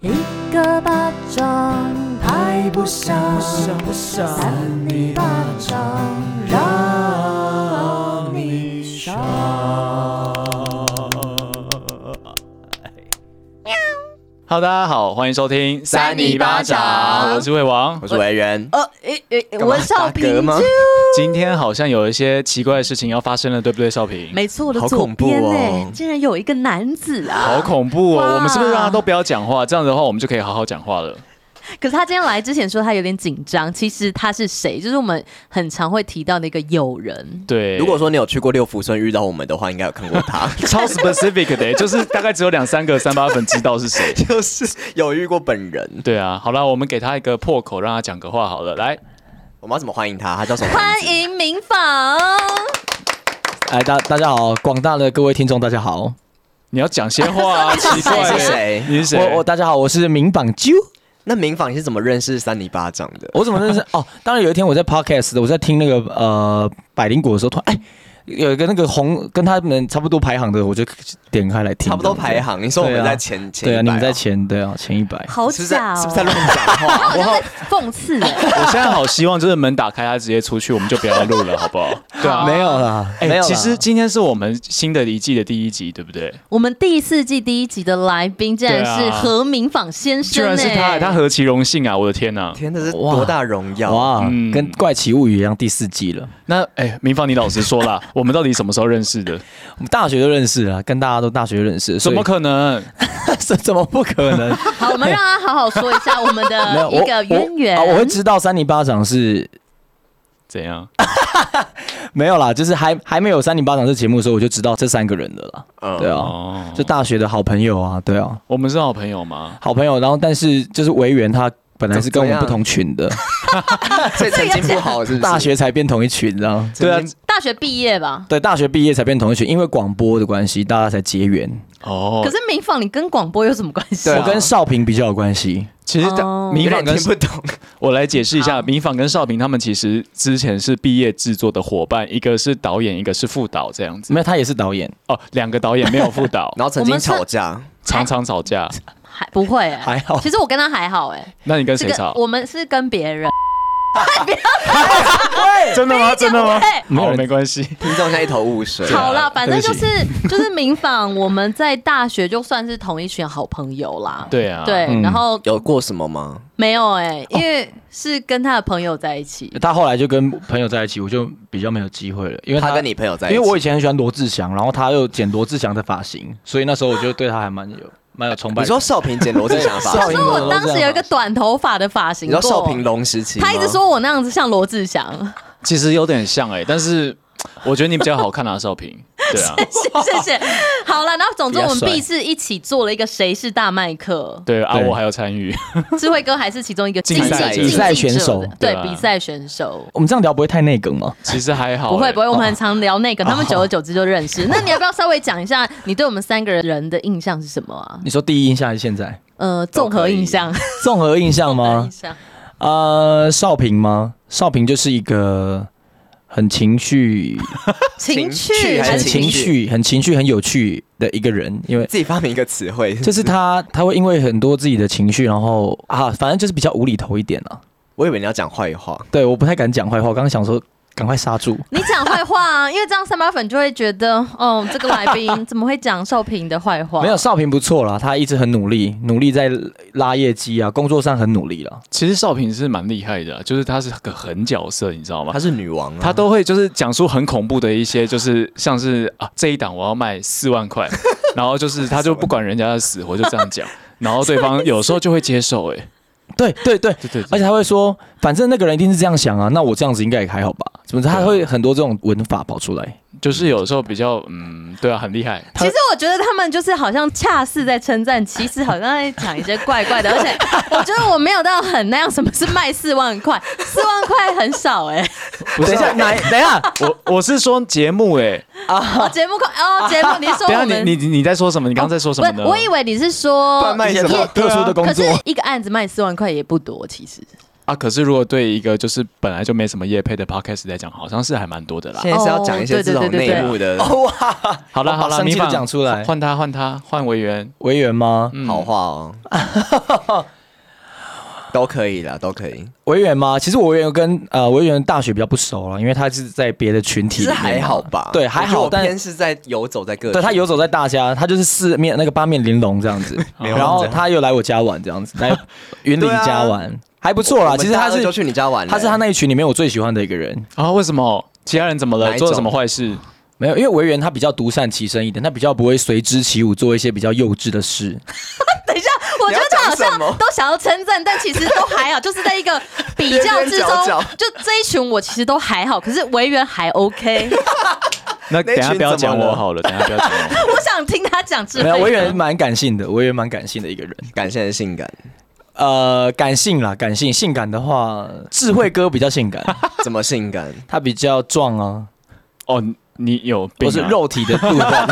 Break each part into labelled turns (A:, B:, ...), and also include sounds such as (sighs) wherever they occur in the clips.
A: 一个巴掌拍不响，
B: 不想
A: 扇你巴掌让你爽。
C: Hello，大家好，欢迎收听
B: 扇你巴掌
C: 我是魏王
B: 我。是维人，
A: 呃，诶诶，
B: 干嘛
A: 我是少
B: 打嗝
A: 平
B: 吗
A: 啾
C: 今天好像有一些奇怪的事情要发生了，对不对，少平？
A: 没错，我的
B: 好
A: 左
B: 恐怖
A: 边呢、
B: 哦
A: 竟然有一个男子
B: (laughs)
A: 啊！
C: 好恐怖
A: 哇
C: 哦！我们是不是让他都不要讲话？这样的话，我们就可以好好讲话了。
A: 可是他今天来之前说他有点紧张，其实他是谁？就是我们很常会提到的一个友人。
C: 对，
B: 如果说你有去过六福村遇到我们的话，应该有看过他，
C: 超 specific 的、欸就是大概只有两三个三八粉知道是谁。
B: (laughs) 就是有遇过本人。
C: 对啊，好了，我们给他一个破口，让他讲个话好了。来，
B: 我们要怎么欢迎他？他叫什么？
A: 欢。迎民房，
D: 哎，大大家好，广大的各位听众，大家好，
C: 你要讲些话啊，奇怪、
B: 你是 (laughs) 谁
C: 你是谁？
D: 我我大家好，我是明榜啾。
B: 那民访你是怎么认识三里巴掌的？
D: 我怎么认识？ (laughs) 哦，当然有一天我在 podcast，我在听那个呃百灵果的时候，突然哎，有一个那个红跟他们差不多排行的，我就点开来听。
B: 差不多排行，你说我们
D: 对啊
B: 在前前
D: 对啊，
B: 一
D: 你
B: 百
D: 们
B: 哦
D: 在前对啊前一百。
A: 好
B: 是不是在
A: 假
B: 是
A: 哦
B: 不是！在乱讲
A: (laughs)
B: 话？
A: 我在讽刺欸、
C: (laughs) 我现在好希望就是门打开，他直接出去，我们就不要录了，好不好？对啊，
D: 没有啦，
C: 哎、
D: 没有啦。
C: 其实今天是我们新的一季的第一集，对不对？
A: 我们第四季第一集的来宾竟然
C: 对
A: 是
C: 啊
A: 何明访先
C: 居
A: 生、欸，
C: 然
A: (laughs)
C: 是他，他何其荣幸啊！我的天呐、
B: 天，这是
D: 哇
B: 多大荣耀！哇，
D: 哇
C: 嗯，
D: 跟《怪奇物语》一样，第四季了。
C: 那哎，明芳，你老实说啦，我们到底什么时候认识的？
D: 我们大学就认识了，跟大家都大学就认识，
C: 怎么可能？
D: 能？是 (laughs) 怎么不
A: (laughs)
D: 可能？
A: 好，我们让他好好说一下我们
D: (laughs) 没
A: 的
D: 有我
A: 一个渊源。
D: 我啊我会知道三零巴掌是
C: 怎样？
D: 没有啦，就是还还没有《三零巴掌》这节目的时候，我就知道这三个人的了
B: 嗯
D: 啦。对啊，
C: 哦，
D: 就大学的好朋友啊，对啊，
C: 我们是好朋友吗？
D: 好朋友。然后但是就是维园他本来是跟
B: 怎么
D: 我们
B: 样
D: 不同群
B: (laughs)
D: 的，
B: 所以成绩不好是不是？
D: 大学才变同一群，这样。
B: 对
C: 对
B: 啊
C: 啊，
A: 大学毕业吧。
D: 对，大学毕业才变同一群，因为广播的关系，大家才结缘。
C: 哦
A: 可，是民访，你跟广播有什么关系？
B: 对啊
D: 我跟少平比较有关系，
C: 其实
A: 哦
C: 明
B: 有
C: 芳
B: 点
C: 跟
B: 听不懂。，
C: (laughs) 我来解释一
A: 好
C: 下，明芳跟少平他们其实之前是毕业制作的伙伴，一个是导演，一个是副导，这样子。
D: 没有他也是导演，
C: 哦，两个导演没有副导
B: (laughs) 然后曾
A: 我
B: 经
A: 们是
B: 吵架，
C: 常常吵架。
A: 还不会、欸，
D: 还好
A: 其实我跟他还好、欸，哎，
C: 那你跟
A: 这
C: 谁
A: 个
C: 吵？
A: 我们是跟别人。
C: 真的吗？真的吗？
D: 没有
C: 好，
D: 人
C: 没关系。
B: 听众现在一头雾水。
A: 好啦，反正
D: 对
A: 就
D: 不起
A: 是就是 (laughs) 民访，我们在大学就算是同一群好朋友
D: (laughs)
A: 啦。
C: 对啊，
A: 对，
D: 嗯哦
A: 然后
B: 有过什么吗？
A: 没有哎、欸因为是跟他的朋友在一起。
D: 他后来就跟朋友在一起，我就比较没有机会了，因为
B: 他跟你朋友在一
D: 因
B: 起，
D: 为我以前很喜欢罗志祥，然后他又剪罗志祥的发型，所以那时候我就对他还蛮有蛮有崇
B: 你
D: 拜的。
B: 说少平剪罗志祥发型
D: 对少
A: 因
D: 平
A: 为
B: 吗，
A: 我当时有一个短头发的发型
B: 你
A: 过，
B: 说少平龙时期吗，
A: 他一直说我那样子像罗志祥。
C: 其实有点像哎、但是我觉得你比较好看啊，
A: (laughs)
C: 少平。对啊，
A: 谢谢。好了，然后总之
D: 比较
A: 我们
D: 帅
A: 毕是一起做了一个谁是大麦
C: (laughs)
A: 克，
C: 对啊，
D: 对
C: 我还有参与。
A: 智慧哥还是其中一个
C: 竞赛
A: 技
C: 比
D: 赛
A: 竞技
D: 选手
A: 者的对
C: 对啊
A: 比赛选手。
D: 我们这样聊不会太内梗吗？
C: (laughs) 其实还好、
A: 不会
C: 欸
A: 不会，我们很常聊那个，他们久而久之就认识。那你要不要稍微讲一下你对我们三个人的印象是什么啊？
D: 你说第一印象还是现在？
A: 呃，综合印象，
D: 综合印
A: (laughs)
D: 象吗
A: 印？象
D: 呃，少平吗？少平就是一个很情绪、
A: 情
B: 情
A: 趣
B: 趣
A: 还
B: 还
D: 很
B: 是
A: 是
D: 情
B: 情绪
D: 绪、很情绪、很有趣的一个人，因为。
B: 自己发明一个词汇，
D: 就是他，他会因为很多自己的情绪，然后啊，反正就是比较无厘头一点啊。
B: (laughs) 我以为你要讲坏话，
D: 对，我不太敢讲坏话，我刚刚想说赶快刹住。
A: 你讲坏话啊，因为这样三八粉就会觉得，哦，这个来宾怎么会讲少平的坏话？
D: (laughs) 没有，少平不错啦，他一直很努力，努力在拉业绩啊，工作上很努力了。
C: 其实少平是蛮厉害的啊、就是他是个狠角色，你知道吗
B: 她？是女王啊，
C: 他都会就是讲出很恐怖的一些，就是像是啊这一档我要卖四万 (laughs) 块，然后就是他就不管人家的死活就这样讲，然后对方有时候就会接受、欸，哎，
D: 对对对，
C: 对对对
D: 而且他会说，反正那个人一定是这样想啊，那我这样子应该也还好吧？怎么他会很多这种文法跑出来？
C: 就是有时候比较嗯，对啊，很厉害。
A: 其实我觉得他们就是好像恰似在称赞，其实好像在讲一些怪怪的，而且我觉得我没有到很那样，什么是卖四万块，四万块很少哎、
C: 不是
D: (laughs) 等
A: (laughs)
D: 一下，哪？等一下，
C: 我我是说节目、欸，
A: 哦，节目快哦，节目你是说
C: 哎， (laughs) 等
A: 我
C: 一
A: 们
C: 下你你你在说什么？你刚刚在说什么呢？
A: 不我以为你是说
B: 贩卖
D: 一些
B: 什么
D: 特特殊的工
A: 啊可是
D: 作
A: 一个案子卖四万块也不多，其实
C: 啊。可是如果对一个就是本来就没什么业配的 podcast 来讲，好像是还蛮多的啦。
B: (laughs) 现在是要讲一些这
A: 哦对
B: 种
A: 对对对
B: 内幕的
D: 哇，
C: 好啦
D: 我把
C: 好啦，
D: 生
C: 米
D: 气都
C: 饭
D: 讲出来
C: 换他换他换委员。
D: 委员吗？
C: 嗯
B: 好话哦，
D: (laughs)
B: 都可以啦，都可以。
D: 委员吗？其实我委员跟呃委员大学比较不熟了，因为他是在别的群体
B: 其
D: 里
B: 实
D: 面嘛，
B: 还好吧，
D: 对，还好，
B: 我觉得我
D: 但
B: 偏是在游走在各，
D: 对他游，走在大家，他就是四面那个八面玲珑这样子，
B: (laughs) 没有
D: 然后
B: 这样
D: 他又来我家玩这样子，
B: (laughs)
D: 来云林
B: 对啊
D: 家玩，还不错啦。
B: 我们
D: 其实他
B: 大二
D: 是
B: 就去你家玩了，
D: 他是他那一群里面我最喜欢的一个人，
C: 啊，为什么其他人怎么
B: 哪
C: 了？
B: 一
C: 做了
B: 种
C: 什么坏事？
D: 没有，因为维园他比较独善其身一点，他比较不会随之起舞做一些比较幼稚的事。
A: 等一下，我觉得他好
B: 你要讲什
A: 像
B: 么
A: 都想要称赞，但其实都还好，就是在一个比较之
B: 边边
A: 中
B: 角角，
A: 就这一群我其实都还好，可是维园还 OK。
C: 那等一下
B: 群
C: 不要
B: 怎么
C: 讲我
B: 了
C: 好了，等一下不要讲
A: (laughs)
C: 我。
A: 我想听他讲智
D: 没有，
A: 慧。
D: 维园蛮感性的，维园蛮感性的一个人。
B: 感谢的性
D: (laughs)
B: 感，
D: 呃，感性啦，感性，性感的话，智慧哥比较性
C: (laughs)
D: 感，
B: 怎么性感？
D: 他比较壮啊，
C: 哦，你你有病、
D: 我
C: 啊？
D: 是肉体的度量。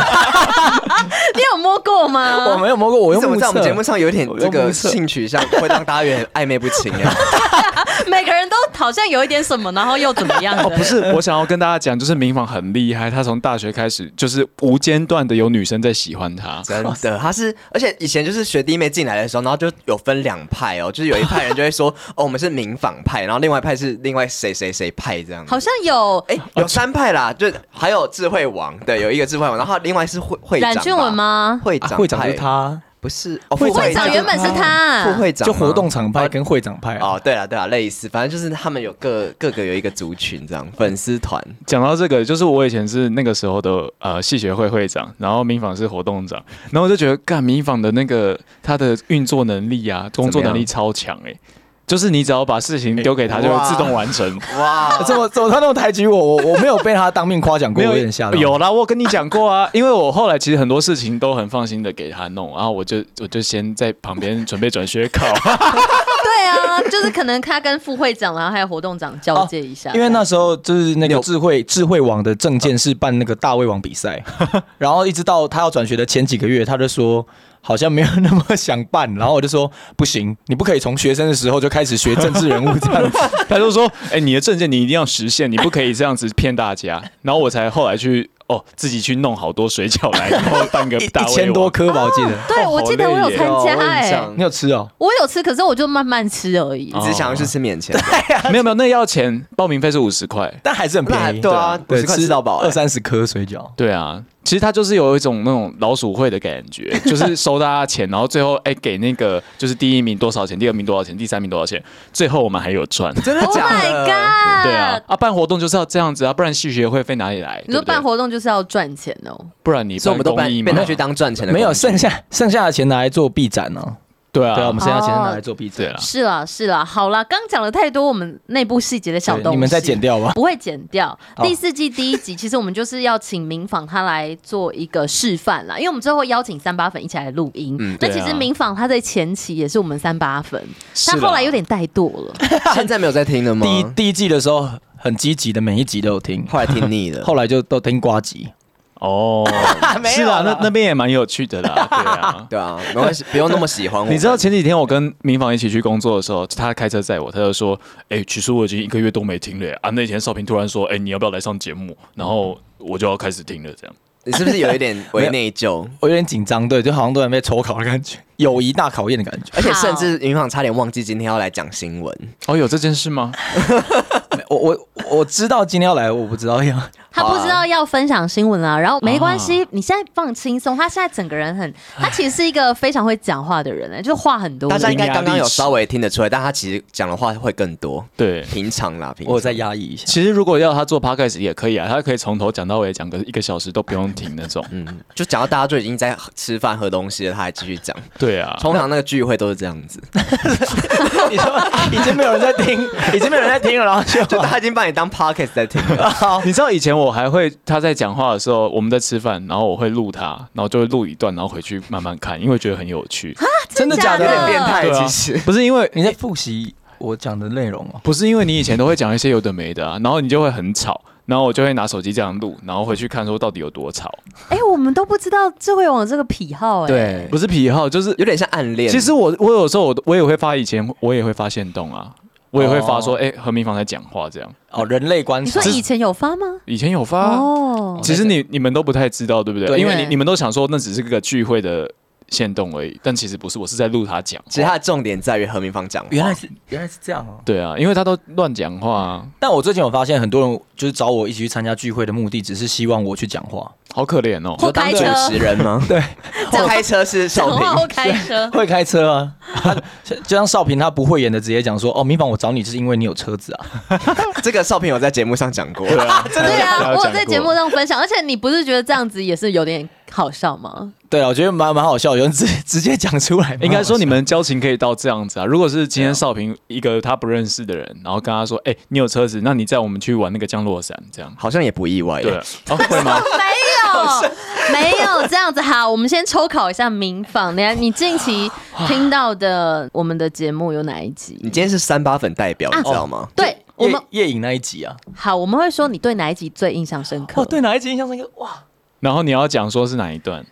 A: 你有摸过
D: 我
A: 吗？
D: 没有摸过，我
B: 你
D: 用
B: 怎么
D: 目
B: 在我们
D: 测
B: 节目上有点
D: 我
B: 这
D: 用
B: 个
D: 目测
B: 性取向，会让大家有点暧昧不清哎？
A: (laughs) 每个人都好像有一点什么，然后又怎么样的？
C: 哦， (laughs) 不是，我想要跟大家讲，就是民房很厉害，他从大学开始就是无间断的有女生在喜欢他。
B: 真的，他是，而且以前就是学弟妹进来的时候，然后就有分两派哦，就是有一派人就会说， (laughs) 哦，我们是民访派，然后另外一派是另外谁谁谁派这样。
A: 好像有
B: 哎、有三派啦，就还有智慧王，对，有一个智慧王，然后另外是会会长吧
A: 冉俊文？吗？
B: 会
D: 啊
B: 长、
D: 会长就是，他，
B: 不是哦，
D: 会
B: 副
D: 长
A: 会长
D: 就
A: 原本是
B: 副
A: 他，啊
B: 会长
D: 就
B: 吗
D: 活动场派跟会长派啊。
B: 哦，对了对了，类似，反正就是他们有各各个有一个族群这样，粉丝团，
C: 讲到这个，就是我以前是那个时候的呃戏学会会长，然后民房是活动长，然后我就觉得干民房的那个他的运作能力啊，工作能力超强哎、就是你只要把事情丢给他，就会
B: 哇
C: 自动完
D: (laughs)
C: 成。
B: 哇，
D: 怎么怎么他那么抬举我？我我没有被他当面夸奖过，
C: 没
D: 我
C: 有
D: 有点吓到。
C: 有啦，我跟你讲过啊，因为我后来其实很多事情都很放心的给他弄，然后我就我就先在旁边准备转学考。 (laughs)
A: 对啊，就是可能他跟副会长，然后还有活动长交接一下，
D: 因为那时候就是那个智慧智慧网的证件是办那个大胃王
C: (laughs)
D: 比赛，然后一直到他要转学的前几个月，他就说好像没有那么想办，然后我就说不行，你不可以从学生的时候就开始学政治人物这样子。
C: 他就说：“哎、你的证件你一定要实现，你不可以这样子骗大家。”然后我才后来去哦，自己去弄好多水饺来，然后办个
D: 一
C: 大
D: (laughs) 一
C: 胃
D: 千
C: 王
D: 多颗吧，我记得。
A: 对
C: 哦
A: 我记得
C: 好
A: 我
C: 累
A: 有
C: 耶
A: 参加
B: 哦我印
A: 哎、
B: 象
D: (laughs) 你有吃哦？
A: 我有吃，可是我就慢慢吃而已。
B: 你只想要去吃免钱的，
C: 没有没有，那要钱，报名费是五十块。
D: 但还是很便宜，
B: 那对啊50块吃到饱
D: 二
B: 哎
D: 三十颗水饺。
C: 对啊，其实他就是有一种那种老鼠会的感
A: (laughs)
C: 觉，就是收大家钱，然后最后哎、给那个就是第一名多少钱，第二名多少钱，第三名多少钱，最后我们还有赚。
B: 真的
A: Oh
B: 假
A: my
B: 的
A: god！
C: 对啊，啊办活动就是要这样子啊，不然系学会费哪里来？
A: 你说
C: 对不对
A: 办，活动就是要赚钱哦，
C: 不然你
B: 所以我
C: 办
B: 们都
C: 公
B: 被
C: 益嘛
B: 被？他去当赚钱的工
D: 没
B: 具，
D: 有剩下剩下的钱拿来做臂展呢、
C: 对
D: 对啊，我
C: 啊
D: 们，剩下的钱是拿
A: 哦
D: 来做臂展。
C: 对啦，
A: 是啦是啦，好啦，刚讲了太多我们内部细节的小
D: 对
A: 东西，
D: 你们再剪掉吧。
A: (laughs) 不会剪掉。
B: 哦
D: 好
A: 第四季第一集，其实我们就是要请民访他来做一个示范啦，因为我们最后邀请三八粉一起来录音。
B: 嗯
A: 那
C: 对啊
A: 其实民访他在前期也是我们三八粉，
C: 是
B: 啊
A: 他
C: 啦
A: 后来有点怠惰了。
B: 现在没有在听了吗？
D: 第一第一季的时候很积极的，每一集都有听，
B: 后来听腻了，
D: 后来就都听瓜集。
A: (laughs)
C: 哦，是啦，那那边也蛮有趣的啦，对啊。
B: 对啊，没关系，不用那么喜欢我。
C: 你知道前几天我跟民房一起去工作的时候，他开车载我，他就说：“哎、其实我已经一个月都没听了耶啊。”那天少平突然说：“哎、你要不要来上节目？”然后我就要开始听了，这样。
B: 你是不是有一点为内疚？
D: 我有点紧张，对，就好像突然被抽考的感觉， (laughs) 友谊大考验的感觉。
B: 而且甚至云航差点忘记今天要来讲新闻，
C: 哦，有这件事吗？
D: 我我我知道今天要来，我不知道 (laughs) 要。
A: 他
B: 好啊
A: 不知道要分享新闻啦，然后没关
B: 啊
A: 系，你现在放轻松。他现在整个人
B: (sighs)
A: 很，他其实是一个非常会讲话的人、欸，就话很多。
B: 大家应该
C: 伶牙俐齿
B: 刚刚有稍微听得出来，但他其实讲的话会更多，
C: 对，
B: 平常啦，平常
D: 我有再压抑一下，
C: 其实如果要他做 podcast 也可以啊，他可以从头讲到尾，讲个一个小时都不用停那种。
B: 嗯，就讲到大家就已经在吃饭喝东西了，他还继续
D: (laughs)
B: 讲。
C: (laughs) 对啊，
B: 通常那个聚会都是这样子，
D: 你说 (laughs) 已经没有人在听， (laughs) 已经没有人在听了，
B: (laughs)
D: 然后就
B: 就大家已经把你当 podcast 在听
D: (laughs)
B: 了。
C: 你知道以前我还会他在讲话的时候，我们在吃饭，然后我会录他，然后就会录一段，然后回去慢慢看，因为觉得很有趣。
D: 真的假
A: 真的假的？
D: 的
B: 变态
C: 对啊
B: 其实。
C: 不是因为
D: 你在复习我讲的内容哦。
C: 不是因为你以前都会讲一些有的没的啊，然后你就会很吵，然后我就会拿手机这样录，然后回去看说到底有多吵。
A: 哎、我们都不知道智慧网有这个癖好、欸，，
B: 对
C: 不，是癖好，就是
B: 有点像暗恋。
C: 其实我我有时候我我也会发以前我也会发现动啊，我也会发说，哎、和民房在讲话这样。
D: 哦，人类观
A: 你
D: 察
A: 说，以前有发吗？
C: 以前有发啊，
A: 哦，
C: 其实你你们都不太知道，对不对？
D: 对
C: 因为你
A: 对
C: 你们都想说那只是个聚会的限动而已，但其实不是，我是在录他讲话。
B: 其实它的重点在于何明芳讲话，
D: 原来是原来是这样哦。
C: 对啊，因为他都乱讲话、啊，
D: 但我最近有发现，很多人就是找我一起去参加聚会的目的，只是希望我去讲话。
C: 好可怜哦。
A: 或
B: 当
A: 开
B: 主
A: 车，
B: 持人
C: (laughs)
B: 吗？
A: (laughs)
B: 对，
A: 讲话
B: 开车是少
A: 讲话 (laughs) 或
B: 平，
A: 开车，
D: 会开
A: (laughs)
D: 车啊，他就像少平他不会演的直接讲说，哦，民房我找你是因为你有车子啊。
B: (laughs) 这个少平有在节目上讲
C: (laughs)
B: 过，
A: 对
C: 大家
A: 啊，
C: 有
A: 我有
C: 讲
A: 在
C: 过
A: 节目上分享，而且你不是觉得这样子也是有点好笑吗？
D: 对啊，我觉得蛮蛮好笑，有人直直接讲出来，
C: (laughs) 应该说你们交情可以到这样 (laughs) 子啊。如果是今天少平一个他不认识的人，然后跟他说：“哎、你有车子，那你载我们去玩那个降落伞。”这样
B: 好像也不意外
C: 对
B: 耶
C: 啊。哦，会吗？ (laughs)
A: 没有， (laughs) 没有这样子。好，我们先抽考一下民访。你你近期听到的我们的节目有哪一
B: 你
A: 集？
B: 今天是三八粉代表，你知道吗？
A: 对我
D: 夜
A: 们
D: 夜影那一集啊，
A: 好，我们会说你对哪一集最印象深刻？
D: 哦，对哪一集印象深刻？哇，
C: 然后你要讲说是哪一段？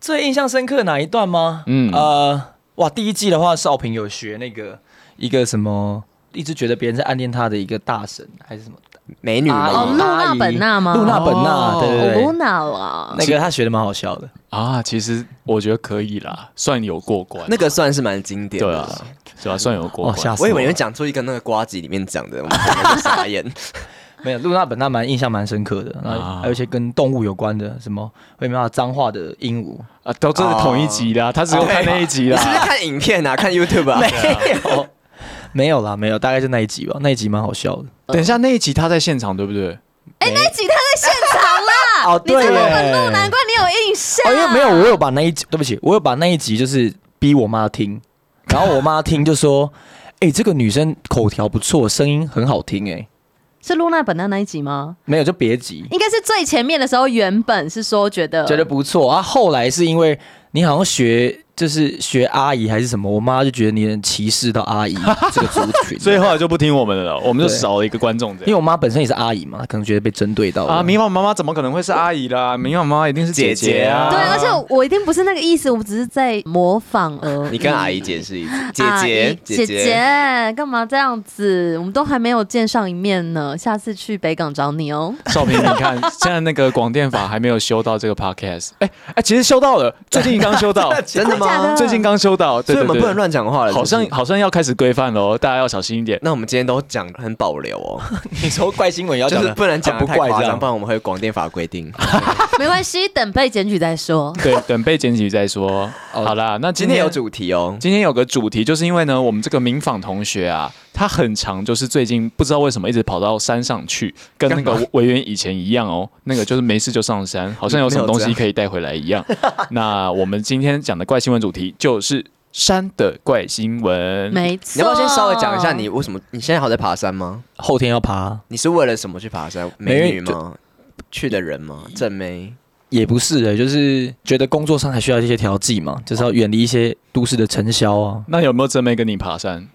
D: 最印象深刻哪一段吗？
C: 嗯
D: 呃，哇，第一季的话，少平有学那个一个什么，一直觉得别人在暗恋他的一个大神还是什么
B: 美
D: 啊
B: 女
A: 哦
B: 吗？
A: 露娜本娜吗
D: 露娜本娜，
C: 哦
D: 对对对，
A: 我哪了？
D: 那个他学的蛮好笑的。
C: 啊，其实我觉得可以啦，算有过关。
B: 那个算是蛮经典
C: 对
B: 的
C: 啊
B: 啦。，
C: 是吧、算有过
D: 哦
C: 关。
D: 吓死
B: 我以为你
D: 了
B: 会讲出一个那个瓜子里面讲的，我们整个就傻
C: (laughs)
B: 眼。
D: (laughs) 没有露娜本娜蛮印象蛮深刻的，然
C: 啊
D: 后还有一些跟动物有关的，什么会骂脏话的鹦 (laughs) 鹉，
C: 啊，都真的同一集啦，他只有看那一集
B: 你是不是
C: (laughs) 啦。
B: 看影片啊？看 YouTube 啊？
D: 有，没有啦，没有，大概就那一集吧，那一集蛮好笑的。
C: 等一下，那一集他在现场对不对？
A: 哎，那一集他在现场
D: (laughs)
A: 啦。
D: 哦，
A: 你
D: 对
A: 在我们录，难
D: 耶，
A: 怪你有印象。
D: 哦，因为没有，我有把那一集，对不起，我有把那一集就是逼我妈听，然后我妈听就说， (laughs) 哎、这个女生口条不错，声音很好听、哎，
A: 是露娜本娜那一集吗？
D: 没有就别急，
A: 应该是最前面的时候，原本是说觉得
D: 觉得不错啊。后来是因为你好像学就是学阿姨还是什么，我妈就觉得你很歧视到阿姨这个族群，
C: 所以后来就不听我们的了，我们就
D: 对
C: 少了一个观众这
D: 因为
C: 样。
D: 我妈本身也是阿姨嘛，可能觉得被针对到了
C: 啊，明晚妈妈怎么可能会是阿姨啦？明晚妈妈一定是姐姐啊！
A: 对，而且我一定不是那个意思，我只是在模仿而已。
B: 你跟阿姨解释一次，姐
A: 啊阿姨
B: 姐
A: 姐
B: 姐，
A: 姐，干嘛这样子？我们都还没有见上一面呢，下次去北港找你哦。 (laughs)
C: 少平，你看现在那个广电法还没有修到这个 podcast，哎哎，其实修到了，最近刚修到，
B: (laughs) 真
A: 真
B: 的
A: 的假
B: 吗
A: 的？
C: 最近刚修到，
B: 所
C: 对
B: 以我
C: 对
B: 们
C: 对，
B: 不能乱讲话了，
C: 好
B: 是
C: 像
B: 不是
C: 好像要开始规范喽，大家要小心一点。
B: 那我们今天都讲很保留哦，
D: 你说怪新闻也要
B: 就是不能讲得
D: 不
B: 太
D: 怪
B: 夸
D: 这
B: 张，
D: 样
B: 不。然我们会有广电法
C: (laughs)
B: 规定。
A: 没关系，等被检举再说。
C: 对，等被检举再说。好啦，那今
B: 今天
C: 天
B: 有主题哦，
C: 今天有个主题，就是因为呢，我们这个民访同学啊，他很长，就是最近不知道为什么一直跑到山上去，跟那个委员以前一样哦，那个就是没事就上山，好像有什么东西可以带回来一样。那我们今天讲的怪新闻主题就是山的怪新闻。
A: 没错，
B: 嗯你要不要先稍微讲一下你为什么？你现在好在爬山吗？
D: 后天要爬，
B: 你是为了什么去爬山？
D: 没有
B: 美女
D: 就
B: 吗？去的人吗？正妹？
D: 也不是的、就是觉得工作上还需要一些调剂嘛，就是要远离一些都市的尘嚣啊。
C: 那有没有真没跟你爬山？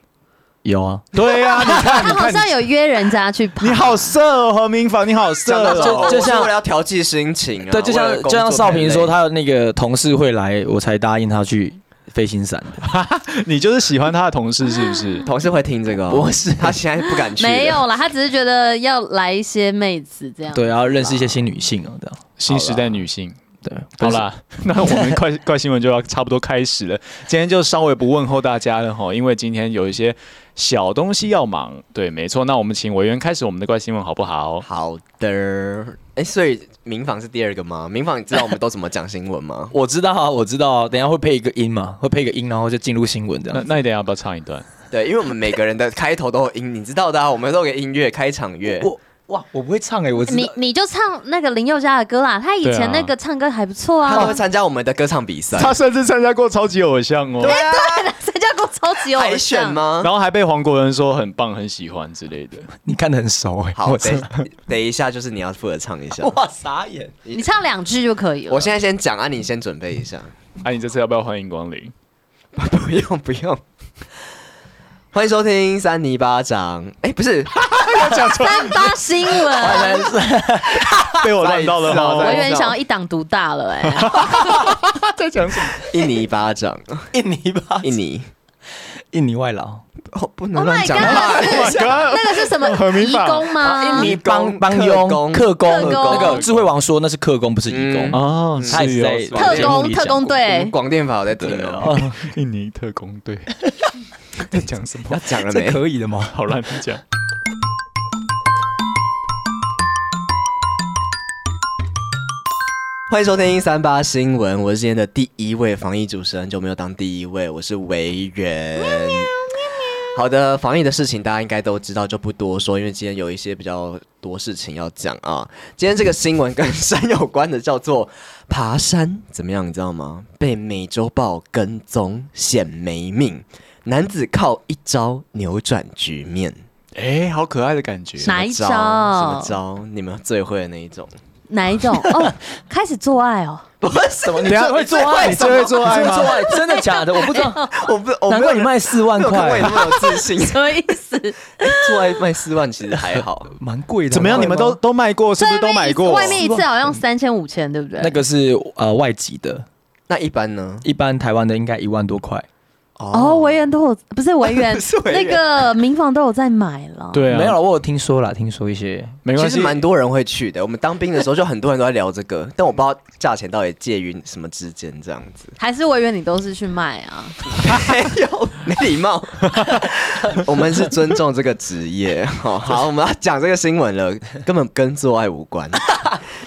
D: 有啊，
C: (laughs) 对呀、你
A: (laughs)
C: 看，你
A: 他好
C: 看
A: 像有约人家去爬，
C: 你，你好色哦，何明房，你好色
B: 讲到这
C: 哦。
B: 啊我
D: 就
B: 我是
D: 像
B: 为了要调剂心情啊，
D: 对，就
B: 为了
D: 像
B: 工
D: 就
B: 作
D: 像少
B: 太
D: 平
B: 累
D: 说，他的那个同事会来，我才答应他去飞行伞的。
C: 你就是喜欢他的同事是不是？
B: 同事会听这个、哦，
D: 不是
B: 他现在不敢去，
A: 没，有啦，他只是觉得要来一些妹子这样。
D: 对，然后认识一些新女性啊，这样。
C: 新时代女性。
D: 对，？
C: 好啦， (laughs) 那我们快快新闻就要差不多开始了。 (laughs) 今天就稍微不问候大家了哈，因为今天有一些小东西要忙。对，没错。那我们请委员开始我们的怪新闻好不好？
B: 好的，哎，所以民访是第二个吗？民访，你知道我们都怎么讲新闻吗
D: 我知道啊，我知道啊，等一下会配一个音嘛，会配一个音，然后就进入新闻这
C: 那
D: 样。
C: 那你等一下要不要唱一段？
B: (laughs) 对，因为我们每个人的开头都有音，你知道的、啊，我们都有个音乐开场乐。
D: 我哇，我不会唱哎、我知
A: 你
D: 道。
A: 你就唱那个林宥嘉的歌啦，他以
C: 对啊
A: 前那个唱歌还不错
B: 他都
A: 啊 (laughs)
B: 会，参加我们的歌唱比赛，
C: 他甚至参加过超级偶像哦，
B: 啊，
A: 参加过超级偶像
B: 海选？吗？
C: 然后还被黄国仁说很棒、很喜欢之类的。
D: 你看得很熟哎、
B: 好，
D: 我知
B: 等
D: 道
B: 等一下，就是你要负责唱一下。
D: 哇，傻眼。
A: 你唱两句就可以了。
B: 我现在先讲啊，你先准备一下。
C: 啊，你这次要不要欢迎光 (laughs) 临？
B: (laughs) 不用不用， (laughs) 欢迎收听三尼巴掌。哎，不 (laughs) 是，
A: 三八新闻，
C: 被我乱到了
B: 再
A: 我
B: 一
A: 有
B: 次
C: 哈。
A: 点想要一党独大了哎、
C: (laughs) 在讲什么？
B: 印尼巴掌，
D: 印尼吧，
B: 印尼。
D: 印尼外劳，
B: 哦，不
A: Oh
B: 能
A: my
B: 乱
A: god！
B: 讲话。 (laughs)
A: 那是那个是什么
C: (laughs) 很迷
A: 移
C: 法
A: 工
B: 啊
A: 吗？
B: 印尼
D: 帮帮
B: 特
D: 佣、
B: 工
D: 客工
A: 特，工
D: 那个智慧王说那是客工，不是义工啊
B: 嗯。
C: 哦，
D: 他也
C: 是
D: 是啊
A: 特
C: 有
D: 在节目
A: 工
D: 里
A: 特工
D: 讲过
B: 我们
A: 队，
B: 广电法有在听哦，
D: 哦，
C: 印尼特工 (laughs) 队在讲什么
B: 要？讲了
D: 这
B: 没？
D: 可以的吗？
C: 好乱讲。
B: 欢迎收听三八新闻，我是今天的第一位防疫主持人，就没有当第一位，我是维园。好的，防疫的事情大家应该都知道，就不多说，因为今天有一些比较多事情要讲啊。今天这个新闻跟山有关的，叫做爬山怎么样，你知道吗？被美洲豹跟踪险没命，男子靠一招扭转局面。
C: 哎，好可爱的感觉。
A: 哪一
B: 什么
A: 招？
B: 招？你们最会的那一种？
A: 哪一种？哦，开始做爱
C: (laughs)
A: 哦。
B: 不是
D: 怎么？你
C: 等一下
D: 最会做爱？
C: 你最会做爱
D: 哎你最
C: 吗
D: 会做爱？哦真的 (laughs) 假的？我不知道，
B: 我不，我没
D: 难
B: 有
D: 怪你卖四万
B: 没有看过
D: 块
B: 你，那么有自信。
A: 什么意思？
B: (laughs) 做爱卖四万其实还好，
D: 蛮贵的。
C: 怎么样？你们都都卖过，是不是都买过？
A: 外面一次好像三千五千，对不对？
D: 那个是呃外籍的，
B: 那一般呢？
D: 一般台湾的应该一万多块。
A: 哦，维园都有，不是维园
C: (laughs)
B: 不是，维
A: 那
B: 园
A: 个民房都有在买了。
C: 对啊，
D: 没有了，我有听说啦，听说一些
C: 没
B: 其
C: 关
B: 实
C: 系，
B: 蛮多人会去的。我们当兵的时候就很多人都在聊这个，但我不知道价钱到底介于什么之间这样子。
A: 还是维园你都是去卖啊？
B: 没有，没礼貌。我们是尊重这个职业。好，好，我们要讲这个新闻了，根本跟做爱无关。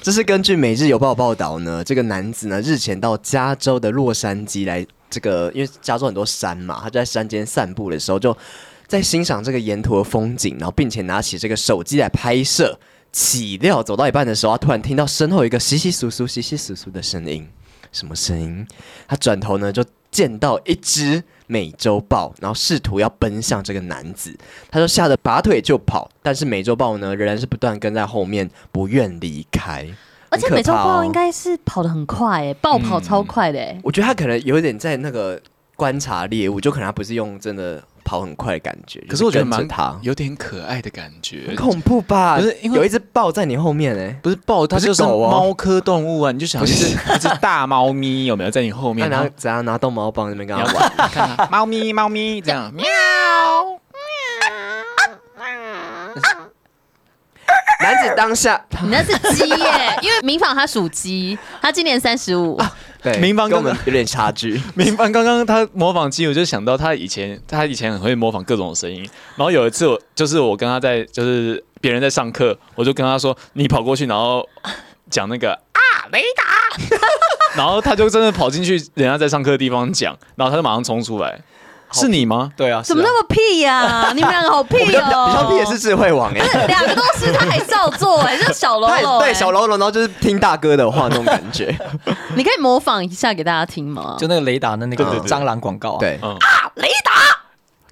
B: 这是根据《每日邮报》报道呢，这个男子呢日前到加州的洛杉矶来，这个因为加州很多山嘛，他就在山间散步的时候，就在欣赏这个沿途的风景，然后并且拿起这个手机来拍摄。岂料走到一半的时候，他突然听到身后有一个窸窸窣窣、窸窸窣窣的声音，什么声音？他转头呢，就见到一只美洲豹，然后试图要奔向这个男子。他就吓得拔腿就跑，但是美洲豹呢，仍然是不断跟在后面，不愿离开。
A: 而且
B: 很可怕
A: 美洲豹
B: 哦
A: 应，该是跑得很快诶，
C: 哦
A: 豹跑超快的诶。
B: 我觉得他可能有点在那个观察猎物，就可能他不是用真的跑很快的感觉。
C: 可是我觉得
B: 就是
C: 蛮
B: 跟着他
C: 有点可爱的感觉
B: 很。恐怖吧？
C: 不是因为
B: 有一只豹在你后面哎、欸。
C: 不是豹，它
B: 不是
C: 就是
B: 狗哦
C: 猫科动物啊！你就想一 (laughs) 只一只大猫咪有没有在你后
B: 那
C: 啊面？然
B: 拿
C: 后
B: 怎样拿逗猫棒在那边跟
C: 你要
B: 他玩？
C: 玩，看它猫咪猫咪这样喵。
B: 男子当下
C: 嗯
A: 你那是鸡耶，因为民房它属鸡，它今年三十五。
C: (laughs)
B: 对
C: 民防
B: 跟
C: 跟
B: 我们有点差
C: (laughs)
B: 距。
C: 明凡刚刚他模仿机，我就想到他以前，他以前很会模仿各种声音。然后有一次我就是我跟他在就是别人在上课，我就跟他说：“你跑过去，然后讲那个啊雷达。” (laughs) 然后他就真的跑进去人家在上课的地方讲，然后他就马上冲出来。是你吗？
D: 对啊，
A: 怎么那么屁呀、
B: (laughs)
A: 你们两个好屁
B: 比
A: 哦、
B: 较比较屁的是智慧王哎、欸，
A: 两个都是，他还照做哎、像小喽
B: 他也
A: 啰、
B: 对小
A: 喽，
B: 喽啰，然后就是听大哥的话那种感觉。
A: 你可以模仿一下给大家听吗？
D: 就那个雷达的那个
C: 对对对
D: 蟑螂广告
B: 哦
D: 啊，
B: 对，
C: 嗯啊雷
B: (laughs)
C: 达，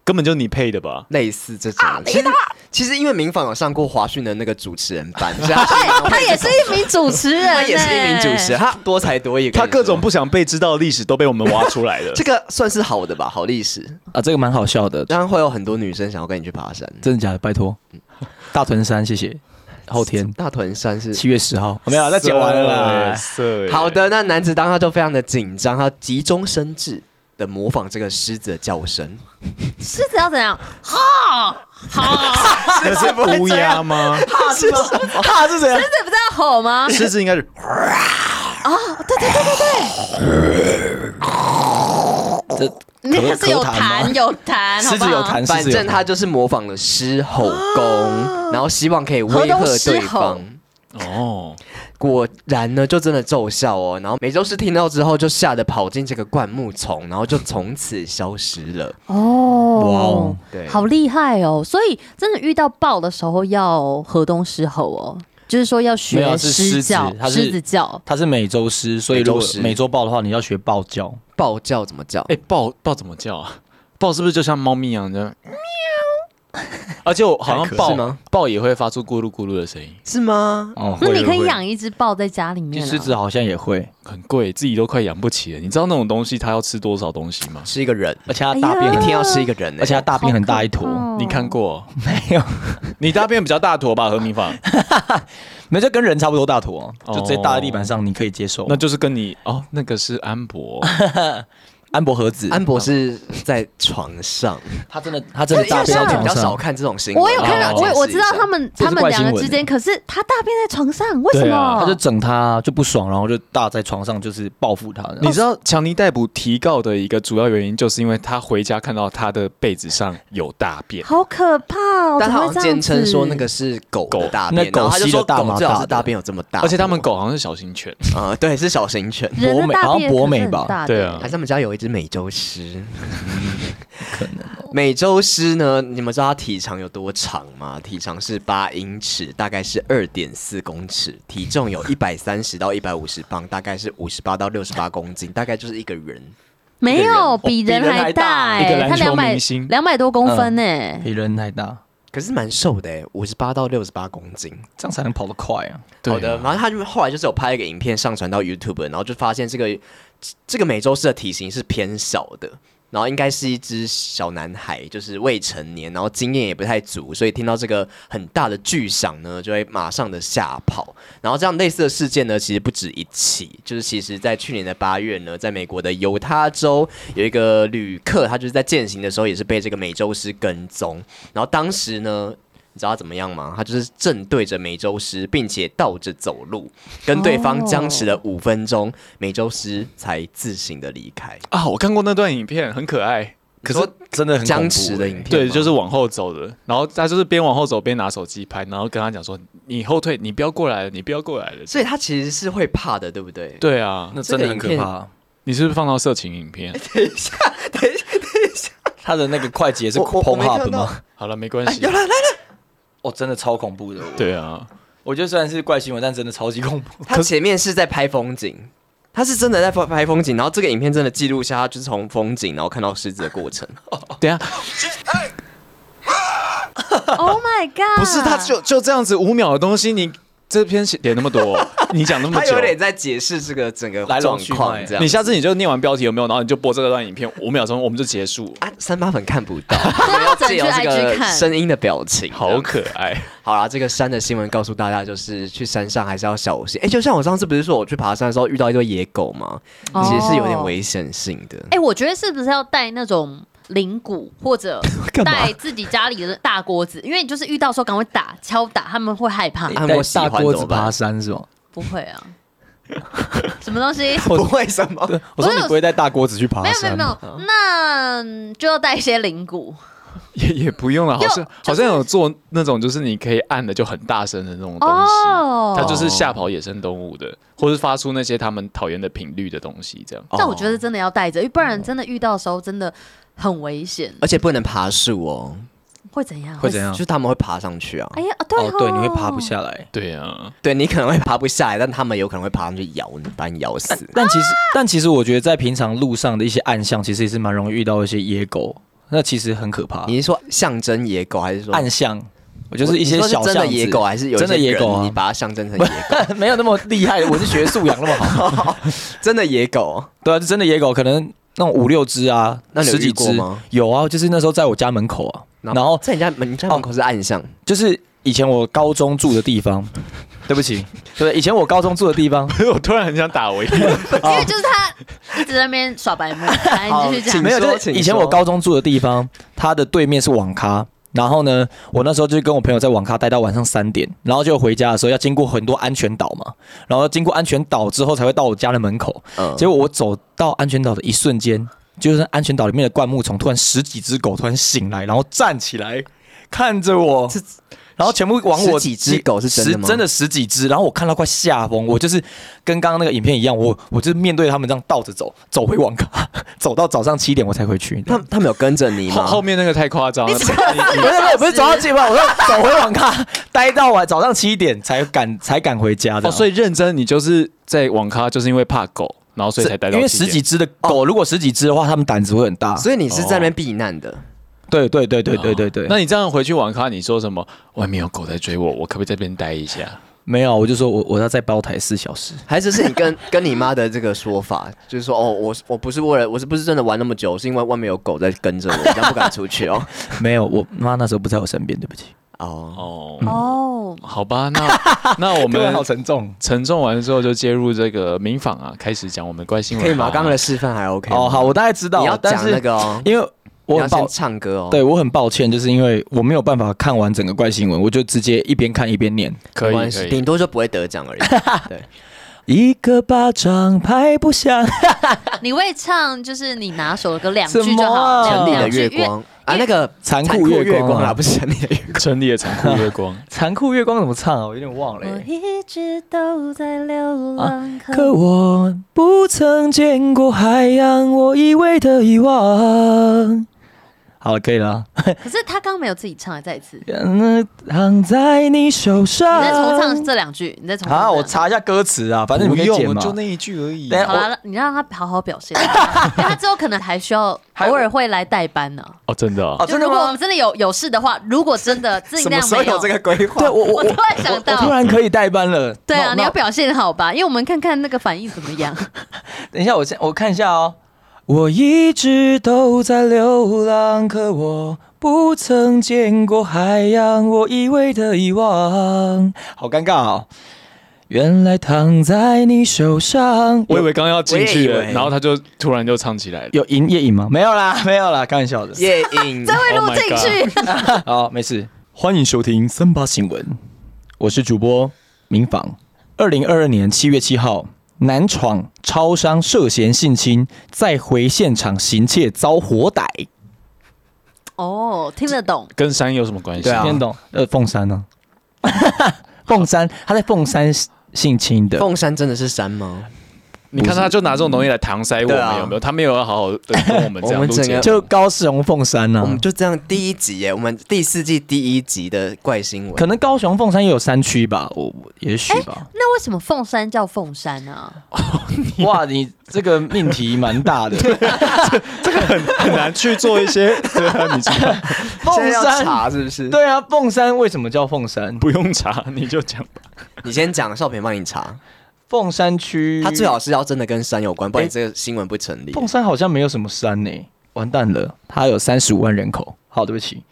C: 根本就你配的吧？
B: 类似这种。其实其实因为民访有上过华讯的那个主持人班，所以
A: (laughs)
B: 他
A: 对，他也是一名主持人、哎
B: 他也是一名主持人，。他多才多艺。
C: 他各种
B: 跟
C: 不想被知道的历史都被我们挖出来了 (laughs)
B: 你说，。这个算是好的吧，好历史。
D: 啊，这个蛮好笑的，
B: 当然会有很多女生想要跟你去爬山。
D: 真的假的？拜
B: (laughs)
D: 托，大屯山，谢谢。后天
B: 大屯山是
D: 七月十号，没有啊，那讲完了啦。
C: 色耶 (laughs)
B: 好，的，那男子当他就非常的紧张，他急中生智的模仿这个狮子的叫声，
A: 狮子要怎
B: (laughs)
A: 样？吼吼！
C: 那是乌鸦 (laughs) 吗？
D: 哈是
B: (laughs)
D: 吗？哈是谁啊？
A: 狮子不是要吼吗？
C: 狮子应该是
D: 这
A: 那个是有
D: 咳痰吗
A: 痰有痰，
D: 狮子有
A: 好不好。
D: 痰，
B: 反
D: 狮子有
B: 正
D: 痰。
B: 他就是模仿了狮吼功，然后希望可以威
A: 河东
B: 吓
A: 狮
B: 对
A: 吼
B: 方。
C: 哦，
B: 果然呢，就真的奏效哦。然后美洲狮听到之后，就吓得跑进这个灌木丛，然后就从此消失
A: (laughs)
B: 了。
D: 哇
A: 哦
D: 哦，
B: 对
A: 好厉害哦！所以真的遇到豹的时候要河东狮吼哦，就是说要
D: 没有
A: 学
B: 啊
D: 它是狮
A: 狮
D: 子
A: 叫，
D: 它是
A: 狮子叫。
D: 它是美洲狮，所以如
B: 美
D: 果
B: 洲狮
D: 美洲豹的话，你要学豹叫。
B: 豹叫怎么叫？
C: 哎、豹豹怎么叫啊？ (laughs) 豹是不是就像猫咪一样的喵？ (laughs) 而且我好
B: 还
C: 像
B: 可
C: 豹
B: 是吗
C: 豹也会发出咕噜咕噜的声音，
B: 是吗？
D: 哦
A: 那你可以，养一只豹在家里
D: 会
A: 面
D: 会
A: 啊。
D: 狮子好像也会，
C: 很贵，自己都快养不起了。你知道那种东西它要吃多少东西吗？
B: 是一个人，
D: 而且它大
A: 哎
D: 便
A: 呀
B: 一
D: 很，
B: 天要是一个人、欸，
D: 而
A: 啊
D: 且它大便很大一坨，
A: 哦
C: 你看过？
D: 没有，
C: 你大便比较大坨吧，何明芳？
D: 没有就跟人差不多大坨，
C: 哦 (laughs)
D: 就直接搭在地板上，你可以接受
C: 那。就是跟你哦，那个是安博，
D: 安博和子，
B: 安博是在床
A: (laughs)
B: 上，
D: 他真的他真的
A: 因为
D: 大便在
A: 像
B: 比较
D: 床
B: 少
D: 上，
B: 看这种新闻。
A: 我有看到，
B: 哦
A: 我我知道他们
D: 这是
A: 他们
D: 怪
A: 两个
D: 新闻
A: 之间，可是他大便在床上，为什
C: 对
A: 么？
C: 啊
D: 他就整他就不爽，然后就大在床上就是报复他。
C: 你知道强尼逮捕提告的一个主要原因，就是因为他回家看到他的被子上有大便。
A: 好可怕哦！
B: 但他
A: 怎
B: 好像
A: 么会这样
B: 坚
A: 子
B: 称说那个是狗的大便，
D: 狗那
B: 然后他就
D: 狗吸的
B: 说
D: 大麻
B: 狗最好
D: 大
B: 是
D: 的
B: 大便有这么大，
C: 而且他们狗好像是小型犬，
B: 啊，对，是小型犬，
A: 人的
D: 博美
A: 大
D: 好像
A: 便
D: 博
A: 可是
D: 美
A: 很
D: 吧
A: 大
C: 对
A: 的
C: 啊
B: 还，是他们家有一只美洲狮，嗯可能、哦美洲狮呢？你们知道它体长有多长吗？体长是八英尺，大概是二点四公尺，体重 (laughs) 有一百三十到一百五十磅，大概是五十八到六十八公斤，大概就是一个人。
A: 没有
B: 哦
A: 比人
D: 人
A: 还
D: 还大
A: 哎、
C: 一个篮
A: 他
C: 球
A: 两百
C: 明星
A: 两百多公分呢、欸
D: (laughs) 比人还大，
B: 可是蛮瘦的哎，五十八到六十八公斤。
D: 这样才能跑得快啊！
C: 对
B: 好的，然后他就后来就是有拍一个影片上传到 YouTube，然后就发现这个这个美洲狮的体型是偏小的，然后应该是一只小男孩，就是未成年，然后经验也不太足，所以听到这个很大的巨响呢，就会马上的吓跑。然后这样类似的事件呢，其实不止一起，就是其实在去年的八月呢，在美国的犹他州有一个旅客，他就是在践行的时候也是被这个美洲狮跟踪，然后当时呢。你知道他怎么样吗？他就是正对着美洲狮，并且倒着走路，跟对方僵持了五分钟，美洲狮才自行的离开。
C: 啊，我看过那段影片，很可爱。可
B: 你说
C: 是
D: 真的很恐怖
B: 僵持的
D: 欸
B: 影片吗，
C: 对，就是往后走的，然后他就是边往后走边拿手机拍，然后跟他讲说：“你后退，你不要过来了，你不要过来了。
B: 所以他其实是会怕的，对不对”？
C: 对啊，哎
D: 那真的
B: 这
D: 很
B: 个
D: 可
B: 影片
D: 怕。
C: 你是不是放到色情影片？
D: 他的那个会计也是
B: 我我
D: p o
B: 我
D: n
B: 没
D: h
B: 看
D: u b
B: 到
D: 吗？
C: (laughs) 好了，没
B: 哎
C: 关 (laughs) 系。
D: 哦，真的超恐怖的。我，
C: 对啊，
D: 我觉得虽然是怪新闻，但真的超级恐怖。 (laughs)
B: 他前面是在拍风景，他是真的在拍拍风景，然后这个影片真的记录下他就是从风景然后看到狮子的过程，
C: 等一下
A: o h Oh my god！
C: 不是他
A: (laughs)
C: 就就这样子五秒的东西，你这篇写点那么 (laughs) 多，你讲那么
B: 他
C: 久
B: 有，点在解释这个整个
D: 来龙
B: 状
D: 去脉
B: 况这样。
C: 你下次你就念完标题有没有？然后你就播这段影片五秒钟，我们就结束。
B: 啊，三八粉看不
A: (laughs)
B: 到，
A: 对啊，整
B: 借
A: 去
B: 由这
A: IG
B: 个
A: 看。
B: 声音的表情，
C: 好可爱，
B: 好啦，这个山的新闻告诉大家，就是去山上还是要小心。哎、就像我上次不是说我去爬山的时候遇到一堆野狗吗？
A: 哦
B: 其实是有点危险性的。
A: 哎、我觉得是不是要带那种灵骨，或者
B: 干嘛
A: 带自己家里的大锅子？因为你就是遇到说赶快打敲打，他们会害怕。
B: 啊按摩喜欢
D: 大锅
B: 怎
D: 子
B: 么办
D: 爬山是吗？
A: 不会啊， (laughs) 什么东
D: (laughs)
A: 西？
B: 不会什么，
D: 我说你不会带大锅子去爬
A: 没有没有
D: 山
A: 没
D: 吗？
A: 有，那嗯就要带一些灵骨。
C: 也也不用了，好像好像有做那种就是你可以按的就很大声的那种东西，
A: 哦，
C: 它就是吓跑野生动物的，或是发出那些他们讨厌的频率的东西，这样。
A: 但我觉得真的要带着，因为不然真的遇到的时候真的很危险，
B: 而且不能爬树哦，
A: 会怎样？
D: 会怎样
B: 就是他们会爬上去啊。
A: 哎呀，啊对
D: 哦，对，
A: 哦
D: 你会爬不。下来。
C: 对啊，
B: 对你可能会爬不下来，但他们有可能会爬上去咬你，把你咬死。
D: 但其实，但其实我觉得在平常路上的一些暗巷，其实也是蛮容易遇到一些野狗，那其实很可怕。
B: 你是说象征野狗，还是说
D: 暗巷，我啊就是一些
B: 你说
D: 小
B: 真
D: 巷
B: 的
D: 子
B: 野狗，还是有一些
D: 真的野狗
B: 人你
D: 啊？
B: 把它象征成野狗，
D: (laughs) 没有那么厉害，文学素养那么
B: (laughs)
D: 好。
B: 真的野狗。
D: 对啊，就真的野狗，可能那种五六只啊，
B: (laughs) 那你有
D: 十
B: 遇
D: 几
B: 过
D: 只
B: 吗
D: 有啊，就是那时候在我家门口啊，然后
B: 在你家门，你家门口是暗巷，
D: 就是以前我高中住的地方，对不起，对，以前我高中住的地
B: (laughs)
D: 方，
C: (laughs) 我突然很想打我 (laughs) 一
A: 因
D: 哦
A: 为就是他一直在那边耍白目，来你继续讲
B: 请好。
D: 没有，
B: 说
D: 就是
B: 请
D: 以前
B: 说
D: 我高中住的地方，它的对面是网咖。然后呢，我那时候就跟我朋友在网咖待到晚上三点，然后就回家的时候要经过很多安全岛嘛，然后经过安全岛之后才会到我家的门口。
B: 嗯，
D: 结果我走到安全岛的一瞬间，就是安全岛里面的灌木丛突然十几只狗突然醒来，然后站起来看着我，然后全部往
B: 十
D: 我
B: 几只狗是真的吗
D: 十真的十几只，然后我看到快吓疯，我就是跟刚刚那个影片一样，我我就是面对他们这样倒着走，走回网咖， (laughs) 走到早上七点我才回去。
B: 他他们有跟着你
C: 后
B: 吗？
C: 后面那个太夸张了，
D: (laughs) 不是不是不是走到七点，我说走回
B: (laughs)
D: 网咖，待到晚早上七点才赶才赶回家的、
C: 哦，所
D: 以
C: 以认真，你就是在网咖，就是因为怕狗，然后所以才待到
D: 因为
C: 7点
D: 十几只的狗，如果十几只的话，它们胆子会很大。
B: 哦所以你是在那边避难
D: 哦
B: 的，
D: 对对对
C: 哦
D: 对对对对。
C: 那你这样回去网咖，你说什么？外面有狗在追我，我可不可以在这边待一下？
D: 没有，我就说我我要再包台四小 (laughs) 时。
B: 还是是你跟跟你妈的这个说法，就是说哦，我我不是为了，我是不是真的玩那么久，是因为外面有狗在跟
D: (laughs)
B: 着我，这样不敢出去哦。
D: 没有，我妈那时候不在我身边，对不起。
B: 哦，
C: 哦，
A: 哦，哦，
C: 好吧，那 (laughs) 那我
D: 我们 (laughs)
C: 们
D: 啊好沉重。
C: 沉重完之后就接入这个民访啊，开始讲我们关心
B: 可以吗？刚刚的示范还 OK 吗
D: 哦，好，我大概知道。
B: 你要
D: 但
B: 讲
D: 是
B: 那个哦，
D: 因为
B: 你
D: 我
B: 要
D: 很
B: 先
D: 抱，
B: 唱歌哦。
D: 对我很抱歉，就是因为我没有办法看完整个怪新闻，我就直接一边看一边念。
C: 可
B: 没
C: 以
B: 关
C: 可
B: 系，
C: 以
D: (laughs)
B: 顶，多就不会得奖而已。
D: 一个巴掌拍不响，
A: 你会唱就是你拿手的歌两句
D: 什
A: 就
D: 么
A: 好，
D: 啊
A: 两
B: 城里的
A: 两句
B: 月
A: 因为
B: 光啊，那个
D: 残
B: 残
D: 酷
B: 酷
D: 月
B: 月
D: 光
B: 光啦，
D: 啊，
B: 不是城里的月
C: 城里的残酷月光
D: 残酷月光怎么唱啊？我有点忘了
A: 我
D: 欸。
A: 一直都在流浪，
D: 可我不曾见过海洋，我以为的遗忘。好了，可以了。
A: 可是他刚刚没有自己唱，再一次，你
D: 嗯，躺在你手上。
A: 再重唱这两句，你再重唱
D: 啊，
A: 这
D: 我
A: 两句。
D: 查一下歌词啊， (laughs) 反正你们可以
C: 不
D: 剪嘛。
C: 就那一句而已。啊
D: 等一下
A: 好了，你让他好好表现，因为他之后可能还需要偶尔会来代班呢。
C: 哦，真的啊
D: 哦，
A: 就
D: 真的
A: 如果我们
D: 吗？
A: 真的有有事的话，如果真的自己
B: 什
A: 那
B: 么
A: 样
B: 时
A: 没
B: 候有这个规划？
D: 对，我我
A: 我
D: 我
A: 突然想
D: 我突
A: 到，
D: 然可以代班了。
A: 对啊，
D: 那
A: 你要
D: 那
A: 表现好吧，因为我们看看那个反应怎么 (laughs) 样。
D: 等一下，我先我看一下哦。我一直都在流浪，可我不曾见过海洋，我以为的遗忘，好尴尬哦。原来躺在你手上，
C: 我以为刚刚要进去
B: 我
C: 了
B: 也以，为
C: 然后他就突然就唱起来了。
D: 有赢夜影吗？没有啦，没有啦，开玩笑的。
B: 夜影
A: 这会录
C: Oh my
A: 进去，
D: 好，没事。欢迎收听三八新闻，我是主播民访。二零二二年七月七号，南闯超商涉嫌性侵，再回现场行窃遭火逮。
A: (laughs) 哦，听得懂。
C: 跟山有什么关系？
B: 对啊
D: 听得懂？呃，凤山呢、 (laughs) 凤山，他在凤山性侵
B: (laughs)
D: 的。
B: 凤山真的是山吗？
C: 你看他就拿这种东西来搪塞我
B: 对
C: 们，
B: 啊
C: 有没有？他没有要好好的跟我们这
B: 我
C: 样
B: 们
C: 录
B: 整
C: 节目
B: 个
D: 就高雄凤山啊呢、
B: 我们就这样第一集耶，我们第四季第一集的怪新
D: 可
B: 闻。
D: 能高雄凤山也有山区吧，我我也许吧。
A: 那为什么凤山叫凤山呢？
D: 哇，你这个命题蛮大的。
C: 很难去做一些， (laughs) 对啊，你知道
B: 现在
D: (laughs) 凤
B: 要
D: 山，
B: 查是不是？，
D: 对啊，凤山为什么叫凤山？
C: 不用查，你就讲吧。
B: 你先讲，少平帮你查。
D: 凤山区，
B: 他最好是要真的跟山有关，不然
D: 嗯哎
B: 你这个新闻不成立。
D: 凤山好像没有什么山呢、完蛋了，它有三十五万人口。好，对不起。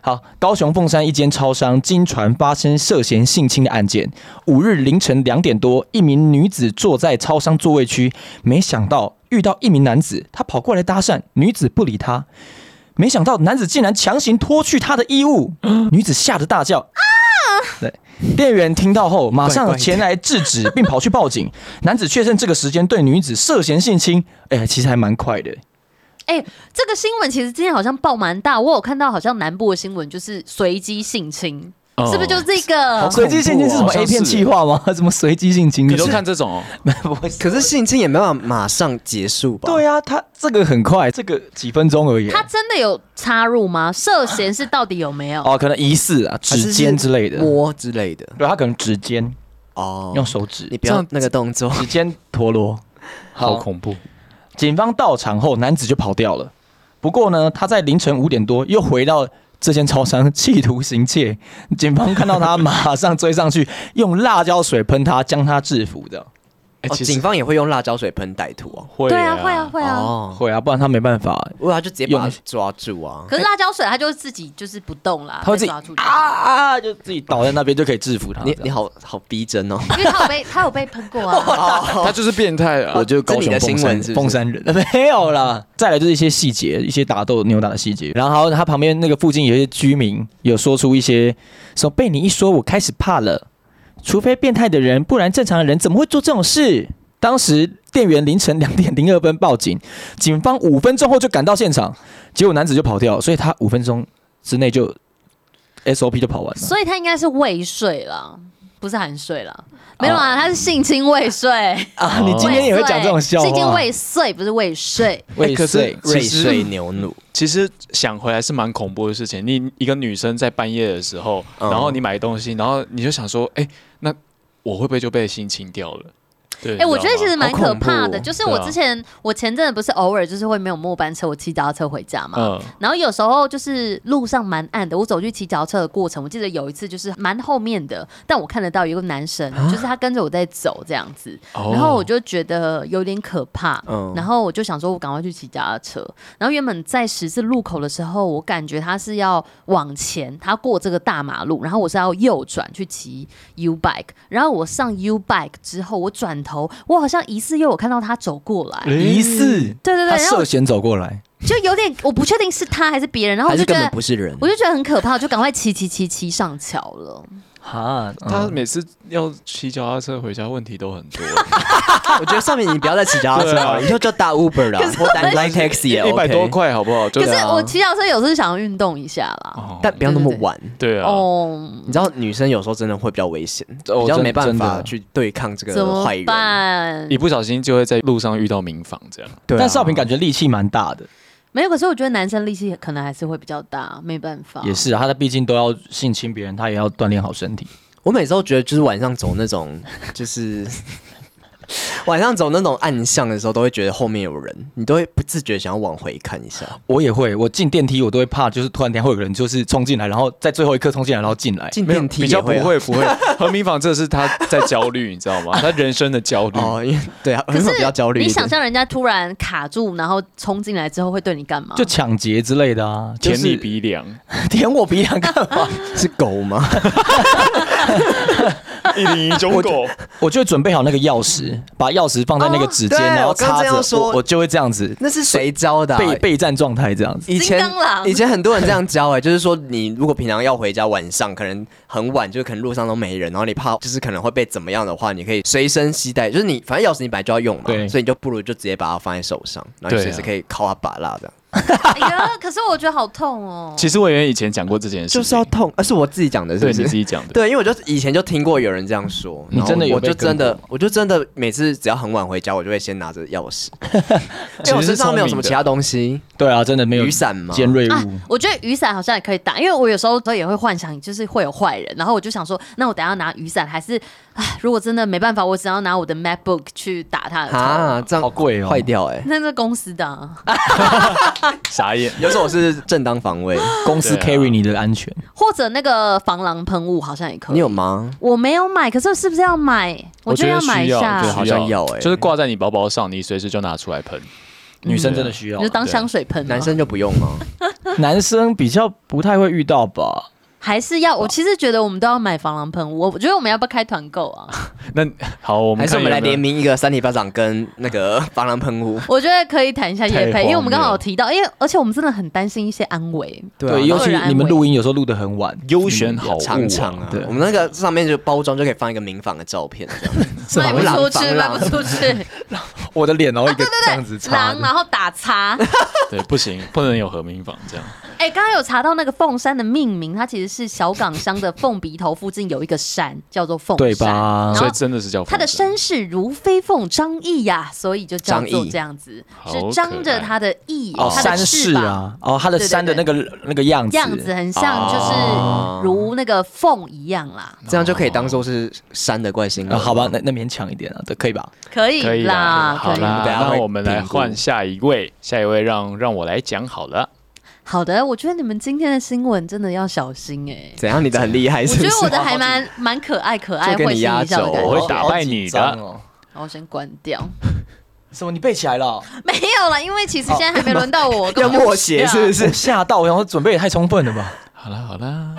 D: 好，高雄凤山一间超商经传发生涉嫌性侵的案件。五日凌晨两点多，一名女子坐在超商座位区，没想到遇到一名男子，他跑过来搭讪，女子不理他。没想到男子竟然强行脱去她的衣物，女子吓得大叫啊！对，店员听到后马
B: 怪怪
D: 上
B: 的
D: 前来制止，并跑去报警。男子确认这个时间对女子涉嫌性侵，哎、其实还蛮快的。
A: 哎，这个新闻其实今天好像爆蛮大，我有看到好像南部的新闻就是随机性侵，
C: 哦
A: 是不是就这个？
D: 随机性侵是什么
C: 好像
D: A
C: 是
D: 片计划吗？什么随机性侵？
C: 你都看这种哦，
B: 可是性侵也没办法马上结束吧？
D: 对啊，他这个很快，这个几分钟而已。
A: 他真的有插入吗？涉嫌是到底有没有？
D: 哦，可能疑似啊，
B: 还是
D: 指尖之类的。
B: 摸之类的
D: 对，他可能指尖
B: 哦。
D: 用手指
B: 你，不要那个动作，
D: 指尖陀螺。
C: 好恐怖。
D: 警方到场后，男子就跑掉了。不过呢，他在凌晨五点多又回到这间超商，企图行窃。警方看到他，马上追上去，用辣椒水喷他，将他制服的。
C: 哎，
B: 哦
C: 其
B: 警
C: 实
B: 方也会用辣椒水喷歹徒哦。
C: 会
A: 对啊，会啊，，会啊。
B: 哦，
D: 会啊，不然他没办法。
B: 不然他就直接把
D: 用
B: 他抓住啊。
A: 可是辣椒水，它就自己就是不动啦，
D: 他会自
A: 被
D: 己
A: 抓
D: 啊
A: 住就好
D: 啊，就自己倒在那边就可以制服他。
B: 你
D: 这
B: 你
D: 样
B: 好好逼真哦。
A: 因为他有被他有被喷过
D: (laughs)
A: 啊。
D: 哦
B: (laughs)
C: 他就是变态啊。
D: 就是
B: 这你的新闻是不是
D: 凤山人， (laughs) 没有啦。再来就是一些细节，一些打斗扭打的细节。然后他旁边那个附近有一些居民有说出一些说被你一说，我开始怕了。除非变态的人，不然正常的人怎么会做这种事？当时店员凌晨两点零二分报警，警方五分钟后就赶到现场，结果男子就跑掉，所以他五分钟之内就 SOP 就跑完了。
A: 所以他应该是未睡啦，不是含睡啦。没有啊，他是性侵未遂。
D: 啊，
A: (laughs)
D: 你哦今天也会讲这种笑话？
A: 性侵未遂不是未遂。
C: 哎可是
D: 遂
B: 瑞
C: 其实
B: 穗牛乳，
C: 其实想回来是蛮恐怖的事情。你一个女生在半夜的时候，
B: 嗯
C: 然后你买东西，然后你就想说，哎，那我会不会就被性侵掉了？对，
A: 哎、我觉得其实蛮可怕
B: 好恐怖
A: 的，
B: 哦
A: 就是我
C: 对啊
A: 之前、我前阵子不是偶尔就是会没有末班车，我骑脚踏车回家嘛。
C: 嗯，
A: 然后有时候就是路上蛮暗的，我走去骑脚踏车的过程，我记得有一次就是蛮后面的，但我看得到有一个男生，
D: 啊
A: 就是他跟着我在走这样子，
C: 哦
A: 然后我就觉得有点可怕，
B: 嗯
A: 然后我就想说我赶快去骑脚踏车，然后原本在十字路口的时候，我感觉他是要往前，他过这个大马路，然后我是要右转去骑 U bike，然后我上 U bike 之后，我转头，我好像疑似又有看到他走过来，
D: 疑似
A: 对对对，
D: 他
A: 然后
D: 涉嫌走过来，
A: 就有点我不确定是他还是别人，然后我
B: 还
A: 就是觉
B: 根
A: 得
B: 本不是人
A: 我。就觉得很可怕，我就赶快骑骑骑骑上桥了。
D: 哈，
C: 他每次要骑脚踏车回家，问题都很
B: (laughs)
C: 多，
B: 我觉得上面你不要再骑脚踏车
C: 对
B: 了，
C: 啊
B: 以后就搭 Uber 啦，或搭 Line Taxi 也
C: 一百多
B: OK。
C: 块好不好？就
A: 可是
B: 啊
C: 是
A: 我骑脚踏车有时候想要运动一下啦。
C: 哦
B: 但不要那么晚，
C: 对啊，
A: 哦，
B: 你知道女生有时候真的会比较危险，
D: 哦
B: 比较没办
D: 真
B: 法
D: 的
B: 去对抗这
A: 怎
B: 个
A: 么
B: 坏人。
A: 办？
C: 一不小心就会在路上遇到民房这样。
B: 对啊，
D: 但少平感觉力气蛮大的，
A: 没有，可是我觉得男生力气可能还是会比较大，没办法。
D: 也是啊，他毕竟都要性侵别人，他也要锻炼好身体。
B: 我每次都觉得，就是晚上走那 (laughs) 种，就是晚上走那种暗巷的时候，都会觉得后面有人，你都会不自觉想要往回看一下。
D: 我也会，我进电梯我都会怕，就是突然间会有个人就是冲进来，然后在最后一刻冲进来，然后进来。
B: 进
C: 没有
B: 电梯
C: 比较
B: 也
C: 不
B: 啊
C: 会不会，
B: (laughs)
C: 何明坊这是他在焦虑，你知道吗？他人生的焦虑。
B: 哦，因为对啊，
A: 可是
B: 比较焦虑一
A: 你
B: 点。
A: 想象人家突然卡住，然后冲进来之后会对你干嘛？
D: 就抢劫之类的啊，
C: 舔
D: 就是
C: 你鼻梁，
B: (laughs)
D: 舔我鼻梁干嘛？
B: 是狗吗？
C: 一零一中狗，
D: (laughs) 我就会准备好那个钥匙，把钥匙放在那个指尖，
B: 哦对
D: 然后
B: 我刚
D: 插
B: 正
D: 着
B: 要，说
D: 我我就会这样子
B: (laughs) 那是谁教的啊、
D: 备备战状态这样子。
B: 以
A: 金
B: 前
A: 刚狼
B: 以前很多人这样教哎、就是说你如果平常要回家，晚上可能很晚，就是可能路上都没人，然后你怕就是可能会被怎么样的话，你可以随身携带，就是你反正钥匙你本来就要用嘛，
D: 对
B: 所以你就不如就直接把它放在手上，然后
C: 对啊
B: 你随时可以靠它把蜡这样，
A: 哎呀，可是我觉得好痛哦。
C: (laughs) 其实我原以前讲过这件事情，
B: 就是要痛，啊而、是我自己讲的，是
C: 对
B: 不
C: 你自
B: 是？
C: 己讲的，
B: 对，因为我就以前就听过有人这样说，
D: 你
B: 然后
D: 真的有
B: 我
D: 被
B: 就真的
D: 跟，
B: 我就真的每次只要很晚回家，我就会先拿着钥 (laughs) 匙，因为
C: 其
B: 我
C: 实是
B: 身
C: 聪
B: 上没有
C: 明
B: 什么
C: 的
B: 其他东西，
D: 对啊，真的没有
B: 雨伞吗
D: 尖锐物。
A: 啊，我觉得雨伞好像也可以打，因为我有时候都也会幻想，就是会有坏人，然后我就想说，那我等一下拿雨伞，还是，唉，如果真的没办法，我只要拿我的 MacBook 去打他的头。
B: 啊，这样
D: 好贵哦
B: 坏掉哎、
A: 那是公司的、啊，
C: 傻眼。
B: 有时候我是正当防卫，
D: 公司
C: 对啊
D: carry 你的安全，
A: 或者那个防狼喷雾好像也可以。
B: (laughs) 你有？吗？
A: 我没有买，可是是不是要买？我
C: 觉得
A: 要买一
C: 需要
A: 下
C: 对，
B: 好
C: 需
B: 像要欸
C: 就是挂在你包包上，你随时就拿出来喷。
D: 女生真的需要
A: 你就
D: 啊。
A: 当香水喷啊。
B: 男生就不用吗？
D: 男生比较不太会遇到吧？
A: 还是要？我其实觉得我们都要买防狼喷雾。我我觉得我们要不要开团购啊？
C: 那好，我们
B: 还是
C: 看
B: 我们
C: 有
B: 来
C: 没有
B: 联名一个三体巴掌跟那个防狼喷雾？
A: 我觉得可以谈一下叶
C: 太
A: 配，因为我们刚好有
C: 荒
A: 提到，因为而且我们真的很担心一些安危。
D: 对，啊尤
A: 有
D: 其你们录音有时候录得很 (laughs) 晚，
C: 优选好物啊
B: 常常啊
D: 对，
B: 我们那个上面就包装就可以放一个民房的照片，这样
A: 卖不出去，
B: 防
A: 卖
B: 狼
A: 不出去，
D: 我的脸然后一
A: 啊
D: 个这样子插
A: 狼
D: 着。
A: 然后打叉。 (laughs)
C: 对，不行，不能有和民房这样。
A: 哎，刚刚有查到那个凤山的命名，它其实是小港乡的凤鼻头附近有一个山，叫做凤
D: 对
A: 山。
B: 啊
D: 吧？
A: 然
C: 所
A: 后
C: 以真的是叫
A: 他的
C: 风筝
A: 身世如飞凤张翼呀，所以就叫做
B: 张翼
A: 这样子，
C: 好
A: 是
C: 可
A: 张
C: 爱
A: 着他的翼，
D: 哦，
A: 他的
D: 山
A: 翅
D: 势
A: 膀。
D: 啊，哦，它的
A: 对对
D: 山的
A: 对
D: 那个那个样子，
A: 样子很像，就是如那个凤一样啦，
B: 这样就可以当做是山的怪星
D: 啊，
B: 了。
D: 好吧，那那勉强一点啊，对，可以吧？
A: 可以
C: 可以
A: 啦，
C: 好
A: 可以
C: 啦，
B: 等一下
C: 那
B: 会
C: 我们来
B: 评估
C: 换下一位，下一位让让我来讲好了。
A: 好的，我觉得你们今天的新闻真的要小心哎，
B: 怎样？你的很厉害
A: 我
B: (laughs) 是
A: 觉得
B: 不
A: 我
B: 是？
A: 的还蛮蛮可爱，可爱
B: 就给你
A: 会心一笑的
B: 压轴
A: 感
C: 我
A: 觉。
C: 会打败你的
D: 好紧张哦
A: 然后先关掉， (laughs)
D: 什么？你背起来了哦？
A: 没有啦，因为其实现在还没轮到我，
B: (laughs) 要默写是不
A: 是？
B: 是？
D: 吓到，我想说准备也太充分了吧？
C: 好啦好啦。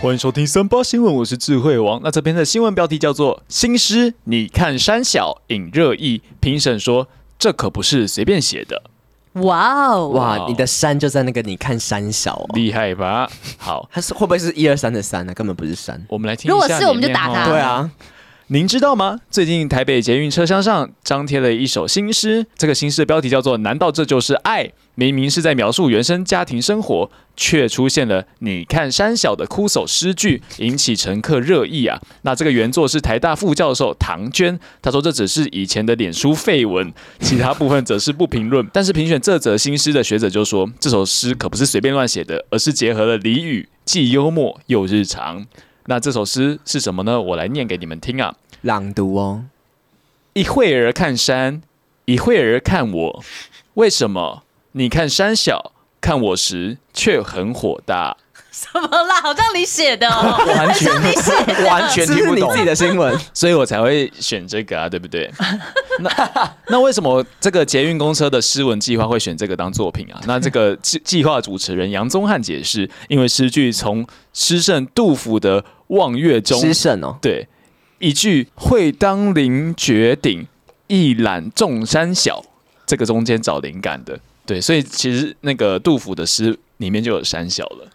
C: 欢迎收听三八新闻，我是智慧王。那这篇的新闻标题叫做《新诗》，你看山小引热议，评审说这可不是随便写的，
A: 哇哦，
B: 哇，你的山就在那个你看山小哦，
C: 厉害吧？好，
B: 它是会不会是一二三的山呢？啊根本不是山。
C: 我们来听一下。哦
A: 如果是我们就打他
B: 对啊，
C: 您知道吗？最近台北捷运车厢上张贴了一首新诗，这个新诗的标题叫做《难道这就是爱》？明明是在描述原生家庭生活，却出现了“你看山小”的枯手诗句，引起乘客热议啊。那这个原作是台大副教授唐娟，她说这只是以前的脸书废文，其他部分则是不评论。但是评选这则新诗的学者就说，这首诗可不是随便乱写的，而是结合了俚语，既幽默又日常。那这首诗是什么呢？我来念给你们听啊。
B: 朗读哦，
C: 一会儿看山，一会儿看我，为什么你看山小，看我时却很火大？
A: 怎么啦？好像你写的
B: (laughs)
A: 哦，
B: 啊
D: 完全完全
B: 这
D: 听
B: 是
D: 不
B: 你
D: 懂
B: 自。己的新闻。
C: 所以我才会选这个啊，对不
D: (laughs)
C: 对？那那为什么这个捷运公车的诗文计划会选这个当作品啊？那这个计计划主持人杨宗汉解释，因为诗句从诗圣杜甫的《望月中》
B: (laughs) 诗圣哦，
C: 对一句“会当凌绝顶，一览众山小”，这个中间找灵感的。对，所以其实那个杜甫的诗里面就有山小了。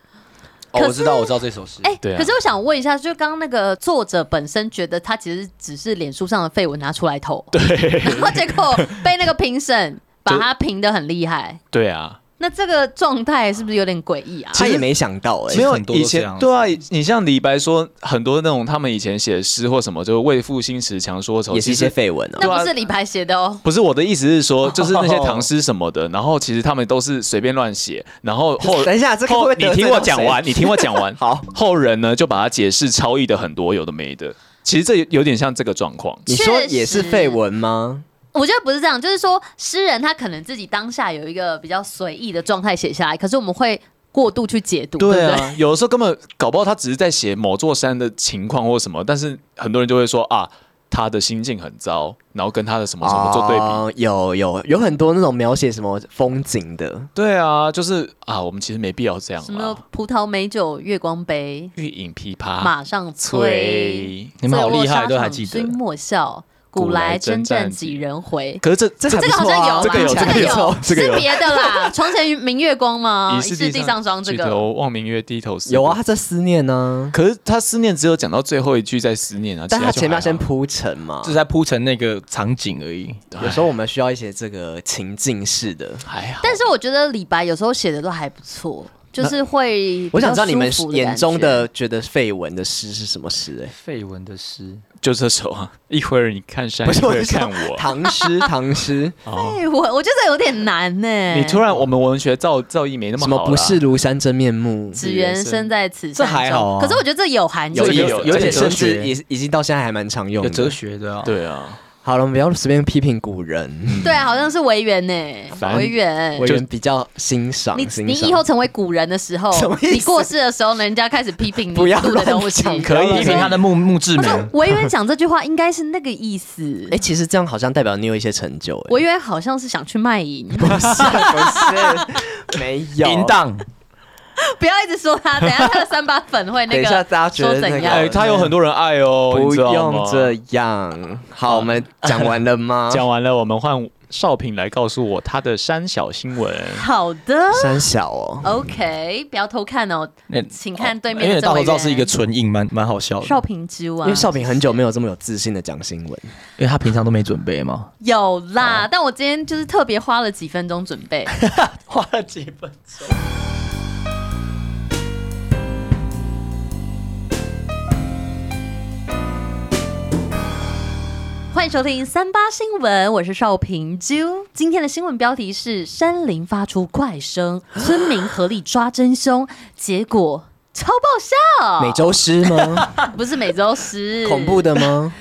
A: 可
D: 哦，
A: 是
D: 我知道，我知道这首诗。
A: 哎、
C: 对啊
A: 可是我想问一下，就刚刚那个作者本身觉得他其实只是脸书上的废文拿出来投，对，然后结果被那个评审把他评的很厉害，
C: 对啊，
A: 那这个状态是不是有点诡异啊？
B: 他也没想到哎、
D: 没有
C: 有
D: 很多都
C: 以
D: 这样
C: 前对啊，你像李白说很多那种他们以前写的诗或什么，就是为赋新词强说愁，
B: 也是
C: 其
B: 一些
C: 实
B: 绯闻哦。
A: 那不是李白写的哦，
C: 不是我的意思是
B: (laughs)
C: 说，就是那些唐诗什么的，然后其实他们都是随便乱写，然
B: (laughs)
C: 后后
B: 等一下这个会不
C: 后
B: 会
C: 你
B: 得罪
C: 听我
B: 到
C: 讲
B: 谁
C: 完，你听我讲完，
B: (laughs) 好，
C: 后人呢就把它解释超译的很多有的没的，其实这有点像这个状况。
B: 你说也是绯闻吗？
A: 我觉得不是这样，就是说诗人他可能自己当下有一个比较随意的状态写下来，可是我们会过度去解读，对
C: 对
A: 不对？
C: 啊，有的时候根本搞不好他只是在写某座山的情况或什么，但是很多人就会说啊，他的心境很糟，然后跟他的什么什么做对比。
B: 哦有有有很多那种描写什么风景的，
C: 对啊，就是啊，我们其实没必要这样
A: 什么
C: 啦。
A: 葡萄美酒月光杯，
C: 欲饮琵琶
A: 马上
C: 啊
A: 催。
C: 催，
D: 你们好厉害，都还记
A: 醉卧沙
D: 得
A: 场君。莫笑，古来征战几人回。
C: 可是这这啊
A: 这个好像有吧，
C: 这个有，
A: 这
C: 这
A: 个
C: 个
A: 有
C: 有，， (laughs) 这个
A: 是
C: 有。
A: 别的啦。床前明月光吗？疑是地上霜，这
C: 举
A: 个
C: 头望明月，低头思
B: 有啊，
C: 故
B: 他在思念呢、
C: 可是他思念只有讲到最后一句在思念啊，
B: 但
C: 其
B: 他
C: 就
B: 前面
C: 还
B: 要先
C: 好
B: 铺陈
A: 哦
B: 嘛
D: 就。是在铺成那个场景而已。
B: 有时候我们需要一些这个情境式的。
C: 还好。
A: 但是我觉得李白有时候写的都还不错，就是会。
B: 我想知道你们眼中，的觉得绯闻的诗是什么诗、哎，
D: 绯闻的诗，
C: 就这首啊， (laughs) 一会儿你看山，
B: 不是
C: 一会
B: 我
C: 儿
B: 是说
C: 看我。
B: 唐诗，唐诗，
C: 哦，
A: 哎，我我觉得有点难呢。
C: 你突然我们文学造造�诣没那
B: 什
C: 么
B: 么
C: 好啦
B: 不是庐山真面目，
A: 只缘身在此山
D: 这还
A: 中，
D: 好啊
A: 可是我觉得这有含义，
C: 有
B: 这个
C: 意思
B: 有
C: 有
B: 点
C: 点
B: 甚
D: 哲
B: 至
D: 学
B: 已已经到现在还蛮常用
D: 有
B: 的。
D: 哲学的啊。
C: 对啊，
B: 好了，我们不要随便批评古人，
A: 对啊，好像是维园呢，
C: 反
A: 维园
B: (laughs) 我。人比较欣赏
A: 你。
B: 欣
A: 你
B: 赏
A: 以后成为古人的时候
B: 什么，意思
A: 你过世的时候，人家开始批评你
B: 不要
A: 做的东西，
B: 乱讲嗯
C: 可以
D: 批评他的墓墓志
A: 他
D: 铭，
A: 说维园讲这句话应该是那个意思。
B: 哎、其实这样好像代表你有一些成就、哎
A: 维园好像是想去卖淫，
B: (laughs) 不是， (laughs) 没有
D: 淫荡。
A: (laughs) 不要一直说他，
B: (laughs)
A: 等一下他的三八粉会那
B: 等一下
A: 个。
B: 大家觉得那
A: 说怎
B: 个，
A: 样
C: 哎，他有很多人爱哦，
B: 不
C: 你知道吗
B: 用这样。好，我们 (laughs) 讲完了吗？
C: 讲完了，我们换少平来告诉我他的山小新闻。
A: 好的
B: 山小哦，
A: ，OK，不要偷看哦，
D: 那
A: 请看对
D: 因
A: 面
D: 为
A: 的
D: 大
A: 赵
D: 头
A: 维
D: 照
A: 园。
D: 是一个纯硬，蛮蛮好笑的。
A: 少平之王，
B: 因为少平很久没有这么有自信的讲新闻，
D: 因为他平常都没准备嘛。
A: 有啦，
B: 哦
A: 但我今天就是特别花了几分钟准备。
D: 花了几分？
A: 欢迎收听三八新闻，我是少平啾。今天的新闻标题是：山林发出怪
B: (gasps)
A: 声，村民合力抓真凶，结果超爆笑。
B: 每周诗 (laughs) 吗？
A: 不是每周十，
B: (laughs) 恐怖的吗？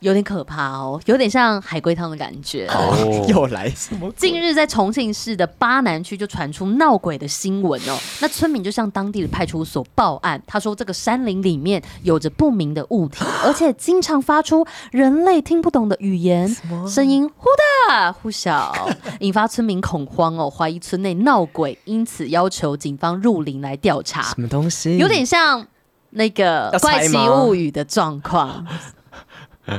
A: 有点可怕哦，有点像海龟汤的感觉。
C: 哦
B: (laughs) 又来什么？
A: 近日在重庆市的巴南区就传出闹鬼的新闻哦，那村民就向当地的派出所报案，他说这个山林里面有着不明的物体，而且经常发出人类听不懂的语言，声音忽大忽小，引发村民恐慌哦，怀疑村内闹鬼，因此要求警方入林来调查
B: 什，么东西？
A: 有点像。那个
B: 要
A: 《怪
B: 猜
A: 奇
B: 吗
A: 物语》的状况，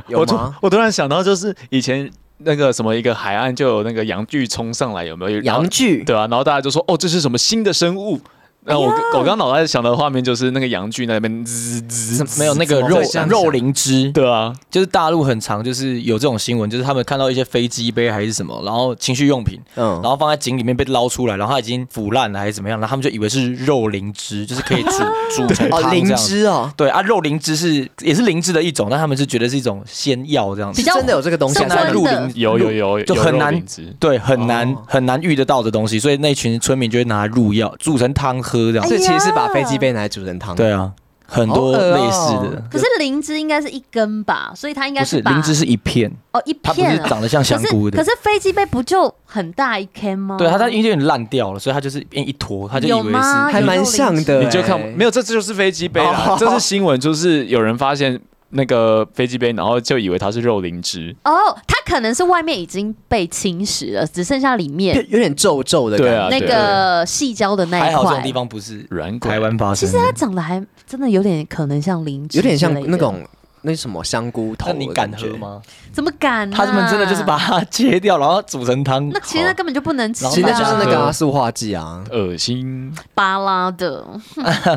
B: 有
C: 我突
B: 吗？
C: 我突然想到，就是以前那个什么一个海岸就有那个洋剧冲上来，有没有？然后
B: 洋剧
C: 对啊，然后大家就说哦，这是什么新的生物？那我、我刚脑袋想的画面就是那个洋剧那边滋滋，
D: 没有那个
B: 怎么
D: 肉
B: 会这样想
D: 肉灵芝，
C: 对啊，
D: 就是大陆很常就是有这种新闻，就是他们看到一些飞机杯还是什么，然后情趣用品，
B: 嗯
D: 然，后放在井里面被捞出来，然后它已经腐烂了还是怎么样，然后他们就以为是肉灵芝，就是可以煮
B: (laughs)
D: 煮成
B: 哦，
D: 汤
B: 灵
D: 这样子。
B: 芝哦，
D: 对啊，肉灵芝是也是灵芝的一种，但他们是觉得是一种仙药这样
A: 比
B: (laughs)
D: 子
A: 较，
B: 真的有这个东西
A: 像
B: 啊，
D: 在
A: 温
D: 入
A: 的
D: 林
C: 有有有，
D: 就
C: 有
D: 很
C: 肉
D: 难
C: 饼汁
D: 对，很难、
B: 哦
D: 很难遇得到的东西，所以那群村民就会拿来入药，煮成汤喝这样
B: 所
A: 哎
D: 子。
B: 以其实是把飞机杯拿来煮成汤。
D: 对啊，很多
B: 哎好恶哦
D: 类似的。
A: 可是灵芝应该是一根吧，所以它应该
D: 不是
A: 把
D: 灵芝是一片，
A: 哦一
D: 它不是
A: 片、啊。
D: 长得像香菇
A: 可
D: 的
A: 是。可是飞机杯不就很大一 can 吗？
D: 对，它它有点烂掉了，所以它就是变一坨，它就以
A: 有
D: 为是
A: 吗？
B: 还蛮
A: 有
B: 像
A: 灵芝
B: 的
C: 你就看
B: 对
C: 没有，这这就是飞机杯啦。这是新闻，就是有人发现那个飞机杯，然后就以为它是肉灵芝。
A: 哦，它可能是外面已经被侵蚀了，只剩下里面
B: 有有点皱皱的感
C: 对
B: 觉。
C: 啊
A: 那个细胶的那
D: 还
A: 一
D: 好这种
A: 块
D: 地。方不嗯是
C: 软骨
D: 台湾发
A: 其
D: 生
A: 实
D: 的。
A: 它长得还真的有点可能像灵芝，
B: 有点像那，种那什么香菇头
D: 那
B: 的
D: 你
B: 感
D: 敢
B: 觉
D: 喝？吗？
A: 怎么敢、啊？
D: 他们真的就是把它切掉，然后煮成汤。哦
A: 那其实那
D: 好
A: 根本就不能吃、啊，
D: 然后
B: 其实那就是那个
C: 好
B: 啊
C: 吧
B: 塑化剂啊，
C: 恶心。
A: 巴拉的。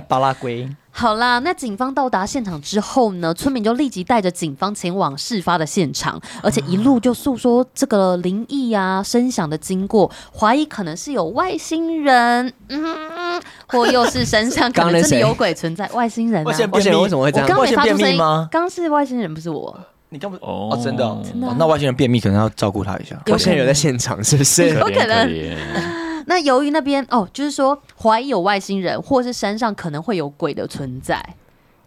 D: 巴拉圭，
A: 好啦，那警方到达现场之后呢，村民就立即带着警方前往事发的现场，而且一路就诉说这个灵异啊、声响的经过，怀疑可能是有外星人，嗯，或又是身上可
B: (laughs) 刚
A: 能真
B: 那
A: 的
B: 谁
A: 有鬼存在，外星人、啊。
B: 便便秘为什么会这
A: 我
B: 样
A: 刚
D: 外
A: 没
D: 星
A: 发
D: 人
A: 出声
D: 便秘
A: 音，
D: 吗？
A: 刚是外星人，不是我。
D: 你刚不
C: 哦
D: 哦，真的哦
C: 真
A: 的啊
D: 哦那外星人便秘可能要照顾他一下。
A: 有
B: 我现在有在现场，是不
A: 有
B: 是？
A: 可
C: 怜
A: 能
C: 怜
A: 那由于那边哦，就是说怀疑有外星人，或是山上可能会有鬼的存在。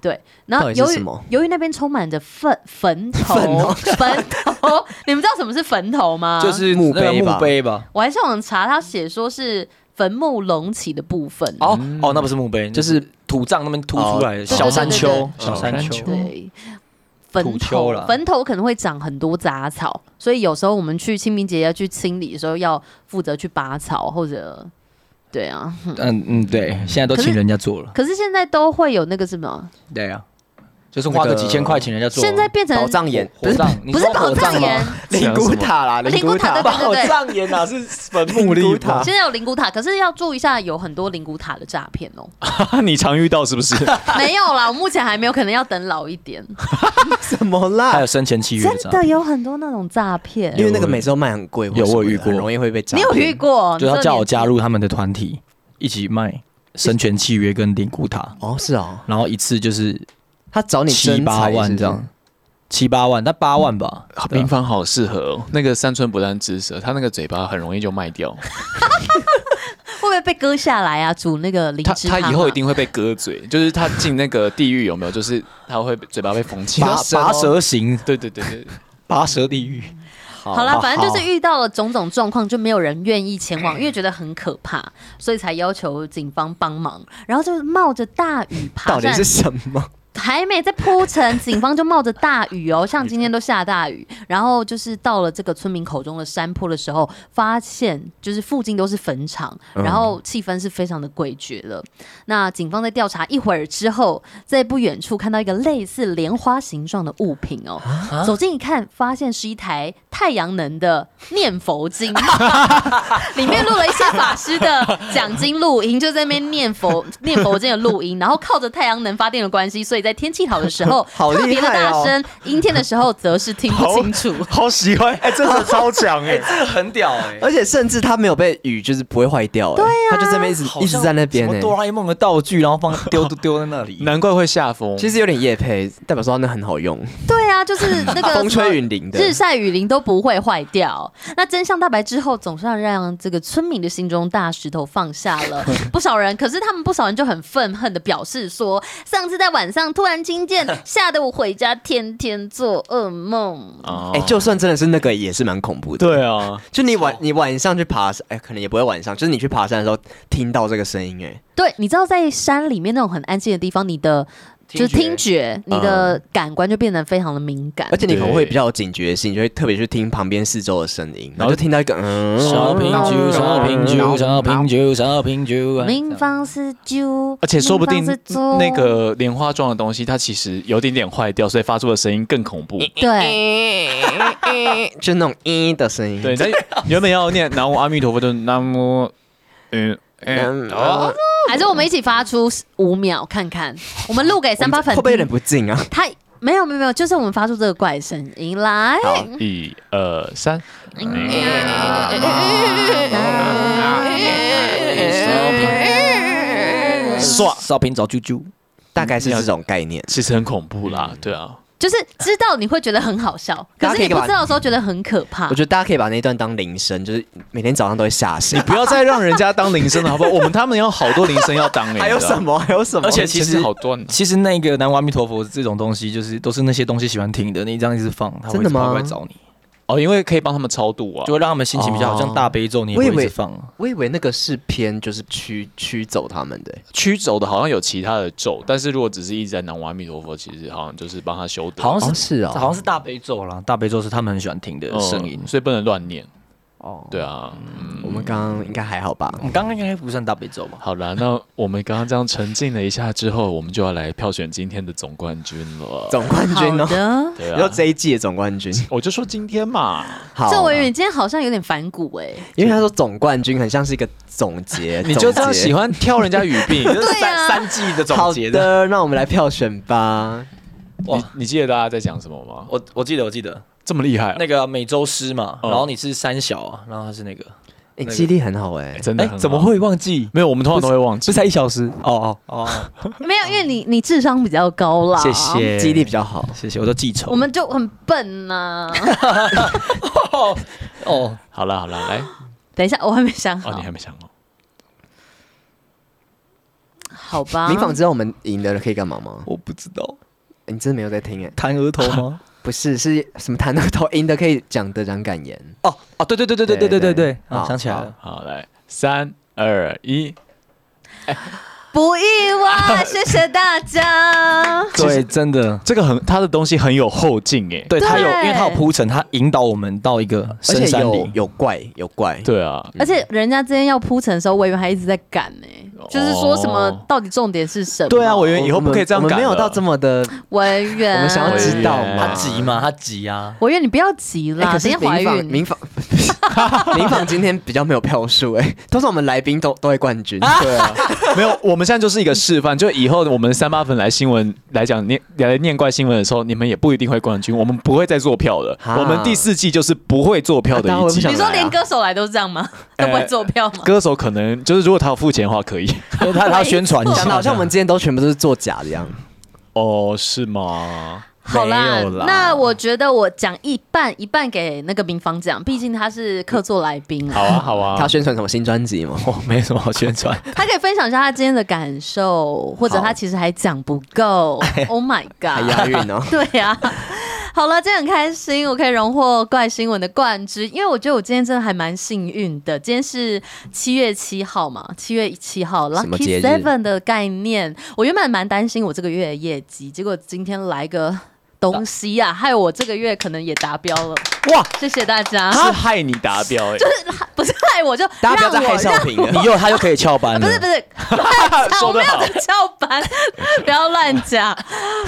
A: 对，然后
B: 到底是
A: 由于
B: 什么
A: 由于那边充满着粪坟 (laughs)
D: (laughs)
A: 头， (laughs) 坟头，你们知道什么是坟头吗？
D: 就是
B: 墓
D: 那个
B: 碑吧
D: 墓碑吧？
A: 我还上网查，他写说是坟墓隆起的部分。
D: 哦哦，那不是墓碑，就是土葬那边凸出来的
B: 哦
D: 小山丘
A: 对，
D: 小山丘。
A: 对，坟
D: 土丘
A: 头
D: 啦
A: 坟头可能会长很多杂草，所以有时候我们去清明节要去清理的时候，要负责去拔草或者对啊。
D: 嗯嗯，对，现在都请人家做了。
A: 可是现在都会有那个什么，
D: 对啊，就是花个几千块请人家做。
A: 现在变成
B: 宝藏眼
D: 火葬，你
A: 不是
D: 说
A: 宝
D: 火
A: 藏
D: 葬
A: 岩
D: 吗？，
B: 灵骨塔啦，
A: 灵骨
B: 骨
A: 塔
B: 塔，
A: 对对对对
D: 葬岩啊，是坟
B: 墓
D: 立
B: 地
D: 吧
B: (laughs) 吧
A: 现在有灵骨塔，可是要注意一下，有很多灵骨塔的诈骗哦。
C: 你常遇到是不是？
A: 没有啦，我目前还没有，可能要等老一点。
B: 什么
D: (laughs) 还
B: 啦
D: 有？生前契约
A: 真
D: 的账，
A: 的有很多那种诈骗，
B: 因为那个每次都卖很贵，
D: 有我有遇过
B: 很容易会被诈
A: 你
B: 骗。
A: 有遇过？
D: 就
A: 你
D: 他
A: 这
D: 叫
A: 年
D: 我
A: 纪
D: 加。入他们的团体，一起卖生前契约跟灵骨塔，
B: 哦，是哦，
D: 然后一次就是
B: 他找你
D: 七
B: 真
D: 八
B: 才
D: 万这样，，七八万，但八万吧，对啊
C: 民房好适合哦，那个三寸不烂之舌，它那个嘴巴很容易就卖掉，
A: 会不会被割下来啊？煮那个灵
C: 它
A: 芝
C: 它
A: 汤啊
C: 以后一定会被割嘴， (laughs) 就是它进那个地狱有没有？就是它会嘴巴被缝起来
D: 拔。拔舌刑，
C: 对对对对，
D: 拔舌地狱。
A: 好啦，反正就是
D: 好
A: 遇到了种种状况，就没有人愿意前往，因为觉得很可怕，所以才要求警方帮忙。然后就是冒着大雨爬
B: 到底
A: 山
B: 是，什么？
A: 还没在铺陈，警方就冒着大雨哦，像今天都下大雨，然后就是到了这个村民口中的山坡的时候，发现就是附近都是坟场，然后气氛是非常的诡谲的。那警方在调查一会儿之后，在不远处看到一个类似莲花形状的物品哦，
B: 啊
A: 走近一看，发现是一台太阳能的念佛经， (laughs) 里面录了一些法师的讲经录音，就在那边念佛 (laughs) 念佛经的录音，然后靠着太阳能发电的关系，所以在天气好的时候
B: (laughs) 好厉害哦
A: 特别的大声，阴天的时候则是听不清楚。
C: (laughs) 好喜欢，哎，真的超强哎，
D: 这个很屌哎
B: 而且甚至它没有被雨，就是不会坏掉、欸，对它就这边一直一直在那边、欸，
D: 哆啦 A 梦的道具，然后放丢丢在那里。
C: 难怪会下风。
B: 其实有点夜配，代表说那很好用，
A: 对啊，就是那个
B: (laughs) 风
A: 什么
B: 吹云林的。
A: 日晒雨淋都不会坏掉。那真相大白之后，总算让这个村民的心中大石头放下了。不少人，可是他们不少人就很愤恨的表示说，上次在晚上突然听见，吓得我回家天天做噩梦。
C: 哦
B: 哎、就算真的是那个，也是蛮恐怖的。，
C: 对啊，
B: 就你晚你晚上去爬山，哎、可能也不会晚上，就是你去爬山的时候听到这个声音、哎，
A: 对，你知道在山里面那种很安静的地方，你的就是听觉，你的感官就变得非常的敏感
B: 而。且你可能会比较有警觉性，就会特别去听旁边四周的声音，然后就听到一个嗯，
D: 小品酒，小品酒，小品酒，小品酒。
A: 民房是酒，
C: 而且说不定
A: 民房是猪
C: 那个莲花状的东西，它其实有点点坏掉，所以发出的声音更恐怖。
A: 对。
B: 就那种咦的声音。嗯
C: 对，那原本要念南无阿弥陀佛，就南无嗯
B: 嗯
C: 嗯哦，
A: 还是我们一起发出五秒看看，我们录给三八粉
B: 会不会有点不敬啊？
A: 他没有没有没有，就是我们发出这个怪声音来。
C: 一二三，
D: 刷烧瓶找啾啾，
A: 嗯
B: 大概是这种概念。
C: 其实很恐怖啦，对啊，
A: 就是知道你会觉得很好笑，
B: 大家
A: 可
B: 可
A: 是
B: 以
A: 你不
B: 干嘛
A: 知道的时候觉得很可怕
B: 我。觉得大家可以把那一段当铃声，就是每天早上都会吓醒。
C: 不要再让人家当铃声了，好不好？我们他们有好多铃声要当哎，
B: (laughs) 还有什么？还有什么？
D: 而且
C: 其
D: 其
C: 实
D: 实
C: 好断
D: 其实那个南无阿弥陀佛这种东西，就是都是那些东西喜欢听的，你这样一直放，他会
B: 真的吗
D: 跑过来找你，
C: 哦，因为可以帮他们超度啊
D: 就。会让他们心情比较好，
B: 哦
D: 像大悲咒你也
B: 我以
D: 会一直
B: 为
D: 放啊。
B: 我以为那个是偏就是驱驱走他们的、
C: 驱走的好像有其他的咒，但是如果只是一直在南无阿弥陀佛，其实好像就是帮他修德，
D: 好像
B: 哦，
D: 是啊哦
B: 是
D: 这
B: 哦，
D: 好像是大悲咒啦，大悲咒是他们很喜欢听的
C: 嗯
D: 声音。
C: 所以不能乱念。
B: 哦，
C: 对啊，
B: 我们刚刚应该还好吧？
D: 我们刚刚应该不算大悲咒吧？
C: 好啦，那我们刚刚这样沉浸了一下之后，我们就要来票选今天的总冠军了。
B: (laughs) 总冠
A: 好
B: 军哦，
A: 的，
C: 对
B: 然后
C: 啊，
B: 这一季的总冠
A: (laughs)
B: 军，
C: 我就说今天嘛，
B: 好，啊
A: 这我以为你今天好像有点反骨哎、
B: 因为他说总冠军很像是一个
A: (laughs)
B: 总结，
C: 你就这样
B: 总结
C: 喜欢挑人家语
D: (laughs)
C: 病，
D: 你就是
A: 对
D: 三、
A: 啊
D: 三季的总
B: 好
D: 结的。
B: 的，那我们来票选
C: (laughs)
B: 吧。
C: (laughs) 你
D: 哇
C: 你记得大家在讲什么吗？
D: 我我记得我记得
C: 这么厉害啊、
D: 那个每周师嘛，
C: 哦
D: 然后你是三小啊，然后他是那个，
B: 哎，
D: 个
B: 记忆力很好哎
C: 哎，真的
D: 哎
C: 很好、，
D: 怎么会忘记？
C: 没有？我们通常都会忘
D: 这
C: 记。
D: 才一小时哦哦哦，
A: 没有，因为你你智商比较高啦。
D: 谢谢，
B: 记忆力比较好。
D: 谢谢，我都记仇。
A: 我们就很笨
B: (laughs)
A: 呐、
D: 哦，
C: 好啦好啦，来，
A: 等一下，我还没想好，
C: 哦，你还没想哦。
A: 好吧？
B: 民访知道我们赢的了可以干嘛吗？
D: 我不知道，
B: 你真的没有在听哎？
D: 弹额头吗？
B: 不是，是什么谈到头哦赢的可以讲得长感言。
D: (laughs) 哦哦，对对对对对
B: 对
D: 对对
B: 对
D: 对对，啊，
B: 好
D: 想起来
B: 好
D: 了，
C: 好，来，三二一，
A: 不意
B: (laughs)
A: 外，谢谢大家。
B: 嗯
D: 对，真的，
C: 这个很他的东西很有后劲哎。
D: 对他有，
A: 对
D: 因为他有铺陈，他引导我们到一个
B: 而
D: 深
B: 且
D: 山
B: 有
D: 里。
B: 有怪有怪，
C: 对啊，
A: 而且人家之间要铺陈的时候，委员还一直在赶呢、就是说什么
C: 哦
A: 到底重点是什么？
C: 对啊我以为以后
B: 我们
C: 不可以这样
B: 我们没
C: 改
B: 有
C: 了
B: 到这么的，
A: 委员，
B: 我们想要知道
C: 哎
B: 嘛。
D: 他急嘛，他急啊，
A: 委员你不要急
B: 哎
A: 啦，
B: 可
A: 今
B: 是
A: 天怀
B: 民访
A: 孕
B: 民，访 (laughs) 民访今天比较没有票数哎，都是我们来宾都都会冠
A: (laughs)
B: 军。对啊，
C: (laughs) 没有，我们现在就是一个示范，就以后我们三八粉来新闻来讲念来念怪新闻的时候，你们也不一定会冠军，我们不会再做票了。
B: 啊
C: 我们第四季就是不会做票的
B: 啊大家呃
C: 一
B: 会不
C: 季
B: 想
A: 你。说连歌手来都是这样吗？都不会做票吗？
C: 歌手可能就是如果他有付钱的话可以。
D: 因为他他要宣传一下，
B: 讲的好像我们今天都全部都是作假的样。
C: (laughs) 哦，是吗？
A: 好啦
D: 没有啦，
A: 那我觉得我讲一半一半给那个民房讲，毕竟他是客座来宾
C: 好
A: 啊，
C: 啊，好啊 (laughs)
B: 他要。宣传什么新专辑吗？
D: 我没什么好宣传。
A: 他可以分享一下他今天的感受，或者他其实还讲不够。Oh my
B: 哎还
A: god！
B: 押韵哦。
A: (laughs) 对呀、好了，今天很开心，我可以荣获怪新闻的冠军，因为我觉得我今天真的还蛮幸运的。今天是七月七号嘛，七月七号
B: 什么节
A: ，Lucky
B: 日
A: Seven 的概念。我原本蛮担心我这个月的业绩，结果今天来个东西啊，害我这个月可能也达标了。
C: 哇，
A: 谢谢大家，
C: 是害你达标哎，啊就是
A: (laughs) 不是害我就
B: 大家不要再
A: 让我
B: 害少平了
D: 你。又他又可以
C: (laughs)
D: 翘班
A: 不
D: 了
A: 是， (laughs) 不是，我
C: 说
A: 没
C: 得
A: 有
C: 好
A: 在叫板， (laughs) 不要乱讲，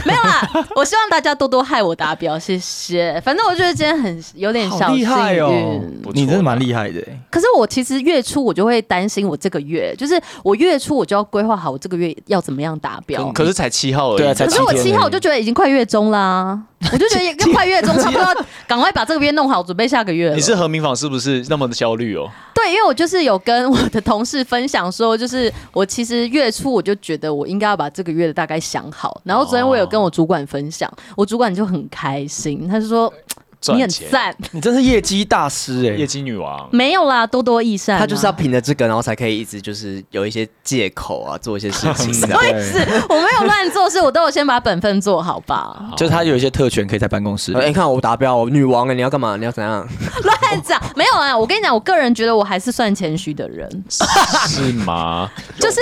A: 没有啦。我希望大家多多害我达标，谢谢。反正我觉得今天很有点嗯小
D: 好
A: 幸
D: 厉害
A: 运，
D: 哦，
C: 不错
D: 你真的蛮厉害的欸。
A: 可是我其实月初我就会担心，我这个月就是我月初我就要规划好我这个月要怎么样达标。
C: 可是才七号而已。
D: 对啊才
A: 可是我
D: 七
A: 七
D: 天
A: 号我就觉得已经快月中啦、我就觉得也快月中，差不多要赶快把这个月弄好，准备下个月了。
C: 你是何明坊是不是那么的焦虑哦？
A: 对，因为我就是有跟我的同事分享说，就是我其实月初我就觉得我应该要把这个月的大概想好，然后昨天我有跟我主管分享，我主管就很开心，他就说你
C: 赚
A: 很
C: 钱，
A: 赞，
D: 你真是业绩大师
C: 业
D: 哎，
C: 绩女王。
A: 没有啦，多多益善啊、
B: 他就是要凭着这个，然后才可以一直就是有一些借口啊，做一些事
C: 嗯
B: 情。这样
A: 所以 (laughs) 是我没有乱做事，我都有先把本分做好
D: (laughs)
A: 吧，
D: 就是他有一些特权可以在办公室
B: 哎、。你看我达标，我女王哎、你要干嘛？你要怎样？ (laughs)
A: 乱讲没有啊，我跟你讲，我个人觉得我还是算谦虚的人，
C: 是吗？
A: 就是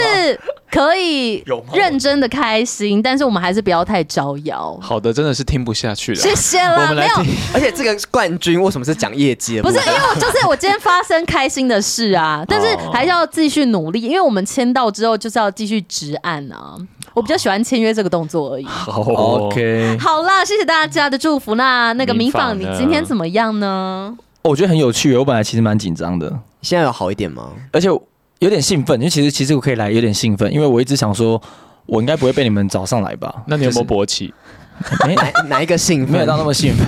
A: 可以
D: 有吗
A: 认真的开心，但是我们还是不要太招摇，
C: 好的，真的是啊听不下去了。
A: 谢谢
C: 我
A: 啦，没
C: 们来
A: 有
C: 听。
B: 而且这个冠军为什么是讲业绩的
A: 不
B: 部
A: 是，
B: 分？
A: 因为我就是我今天发生开心的事啊，但是还是要继续努力，因为我们签到之后就是要继续执案啊。我比较喜欢签约这个动作而已。
C: 好
D: 哦 OK，
A: 好啦，谢谢大家的祝福。那那个
C: 民
A: 民
C: 访
A: 访，
C: 呢
A: 你今天怎么样呢？
D: 哦我觉得很有趣欸，我本来其实蛮紧张的，
B: 现在有好一点吗？
D: 而且有点兴奋，因为其实其实我可以来有点兴奋，因为我一直想说，我应该不会被你们找上来 (laughs) 吧？
C: 那你有没有勃起？
D: 没
B: 哪哪一个兴
D: 没有
B: 奋
D: 到？那么兴奋，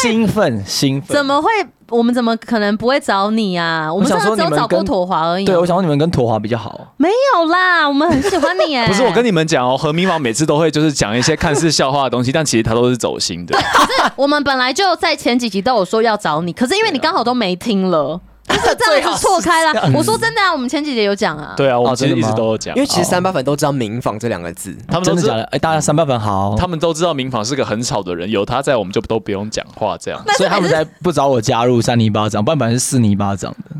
D: 兴奋兴奋
A: 怎。么会我们怎么可能不会找你啊？我们上
D: 想
A: 次
D: 说
A: 只有
D: 你们
A: 找过
D: 跟
A: 妥华而已。啊
D: 对，我想说你们跟妥华比较好，
A: 没有啦，我们很喜欢你哎、
C: (laughs) 不是我跟
A: 你，
C: 你们讲哦，何明芳每次都会就是讲一些看似笑话的东西，但其实他都是走心 (laughs) 的。
A: (laughs) 我们本来就在前几集都有说要找你，可是因为你刚好都没听了，就是这样子错开了。我说真的啊，我们前几集有讲啊。
C: 对啊，我们其实
D: 真
C: 一
D: 的吗
C: 直都有讲
B: 因，为
D: 哦
B: 其实三八粉都知道“民房”这两个字，
C: 他们都
D: 真的
C: 知
D: 假
C: 道
D: 的？，哎，大家三八粉好，
C: 他们都知道明芳是个很吵的人，有他在我们就都不用讲话这
A: (laughs)
C: 样。
D: 所以他们才不找我加入三泥巴掌，不然本来是四泥巴掌的。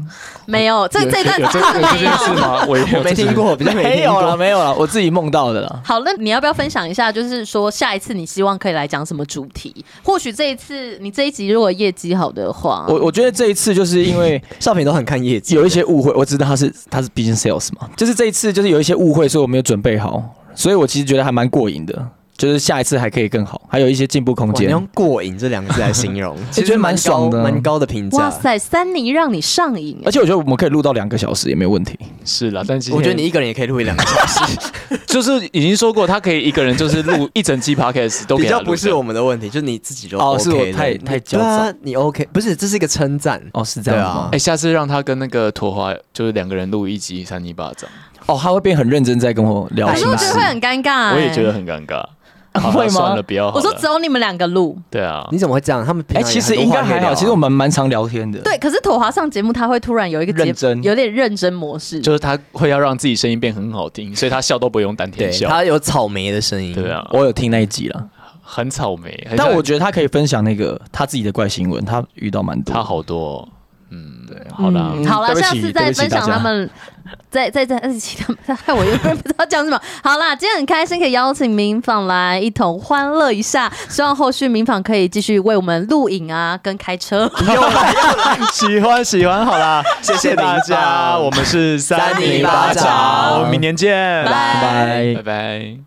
A: 没有，这这一段
C: 有
A: (laughs) 真
C: 这
A: 的
C: 有这
A: 没有
C: 件。事吗？我也
B: 我没听。过，比较没
D: (laughs) 没
B: 听
D: 有
B: 过
D: 了，。没有了，我自己梦到的啦。
A: 好，那你要不要分享一下？就是说，下一次你希望可以来讲什么主题？或许这一次你这一集如果业绩好的话，
D: 我我觉得这一次就是因为
B: 少平都很看业绩，
D: 有一些误会，我知道他是他是毕竟 sales 嘛，就是这一次就是有一些误会，所以我没有准备好，所以我其实觉得还蛮过瘾的，就是下一次还可以更好，还有一些进步空
B: 哇你
D: 间。
B: 用“过瘾”这两个字来形
D: (laughs)
B: 容，其
D: 觉
B: 实
D: 得蛮
B: 高
D: 爽的
B: 蛮高的评
A: 哇
B: 价。
A: 塞，三尼让你上瘾
D: 而，且我觉得我们可以录到两个小时也没有问题。
C: 是啦，但今天
B: 我觉得你一个人也可以录一两
D: (laughs)
B: 个小时，
C: 就是已经说过，他可以一个人就是录一整期 podcast 都给
B: 比
C: 他
B: 较
C: 录
B: 不是
C: 的
B: 我们的问题，就是你自己就
D: 哦是我
B: OK 了
D: 太
B: 你
D: 太焦
B: 对啊，你 OK 不是？这是一个称赞，
D: 哦，是
B: 这样吗
C: 哎、下次让他跟那个驼花就是两个人录一集三泥巴掌，
D: 哦，他会变很认真在跟我聊
A: 可
D: 心
A: 是我觉得
D: 事
A: 会。很尴尬、哎
C: 我也觉得。很尴
A: (laughs)
C: 尬。好啦
D: 会吗
C: 算了，不要好了。
A: 我说只有你们两个录，
C: 对啊，
B: 你怎么会这样？他们平
D: 哎，
B: 常
D: 其
B: 也
D: 实
B: 很
D: 应
B: 多
D: 该
B: 话可以
D: 还
B: 聊
D: 好，
B: 啊
D: 其实我们蛮常聊天的。
A: 对。可是妥华上节目，他会突然有一个节
D: 认真
A: 有点认真模式，
C: 就是他会要让自己声音变很好听，所以他笑都不用丹田
B: 对
C: 笑。
B: 他有草莓的声音，
C: 对啊，
D: 我有听那一集了，
C: 很草莓，很
D: 哎但
C: 像
D: 我觉得他可以分享那个他自己的怪新闻，他遇到蛮多。
C: 他好多、哦，嗯，对，好啦，
A: 嗯好了，
D: 对不
A: 下
D: 起
A: 次再
D: 对不起
A: 分享
D: 大家
A: 他们，再再再再其他们， (laughs) 害我有点不知道讲什么。好啦，今天很开心可以邀请民访来一同欢乐一下，希望后续民访可以继续为我们录影啊，跟开车。
C: (laughs) 喜欢喜欢，好啦，谢
B: 谢
C: 大
B: 你
C: 家，
B: 吧
C: 我们是三
B: 三
A: 泥
C: 泥
A: 巴
C: 巴掌，
B: 掌
C: 我们明年见，
A: 拜
D: 拜
C: 拜拜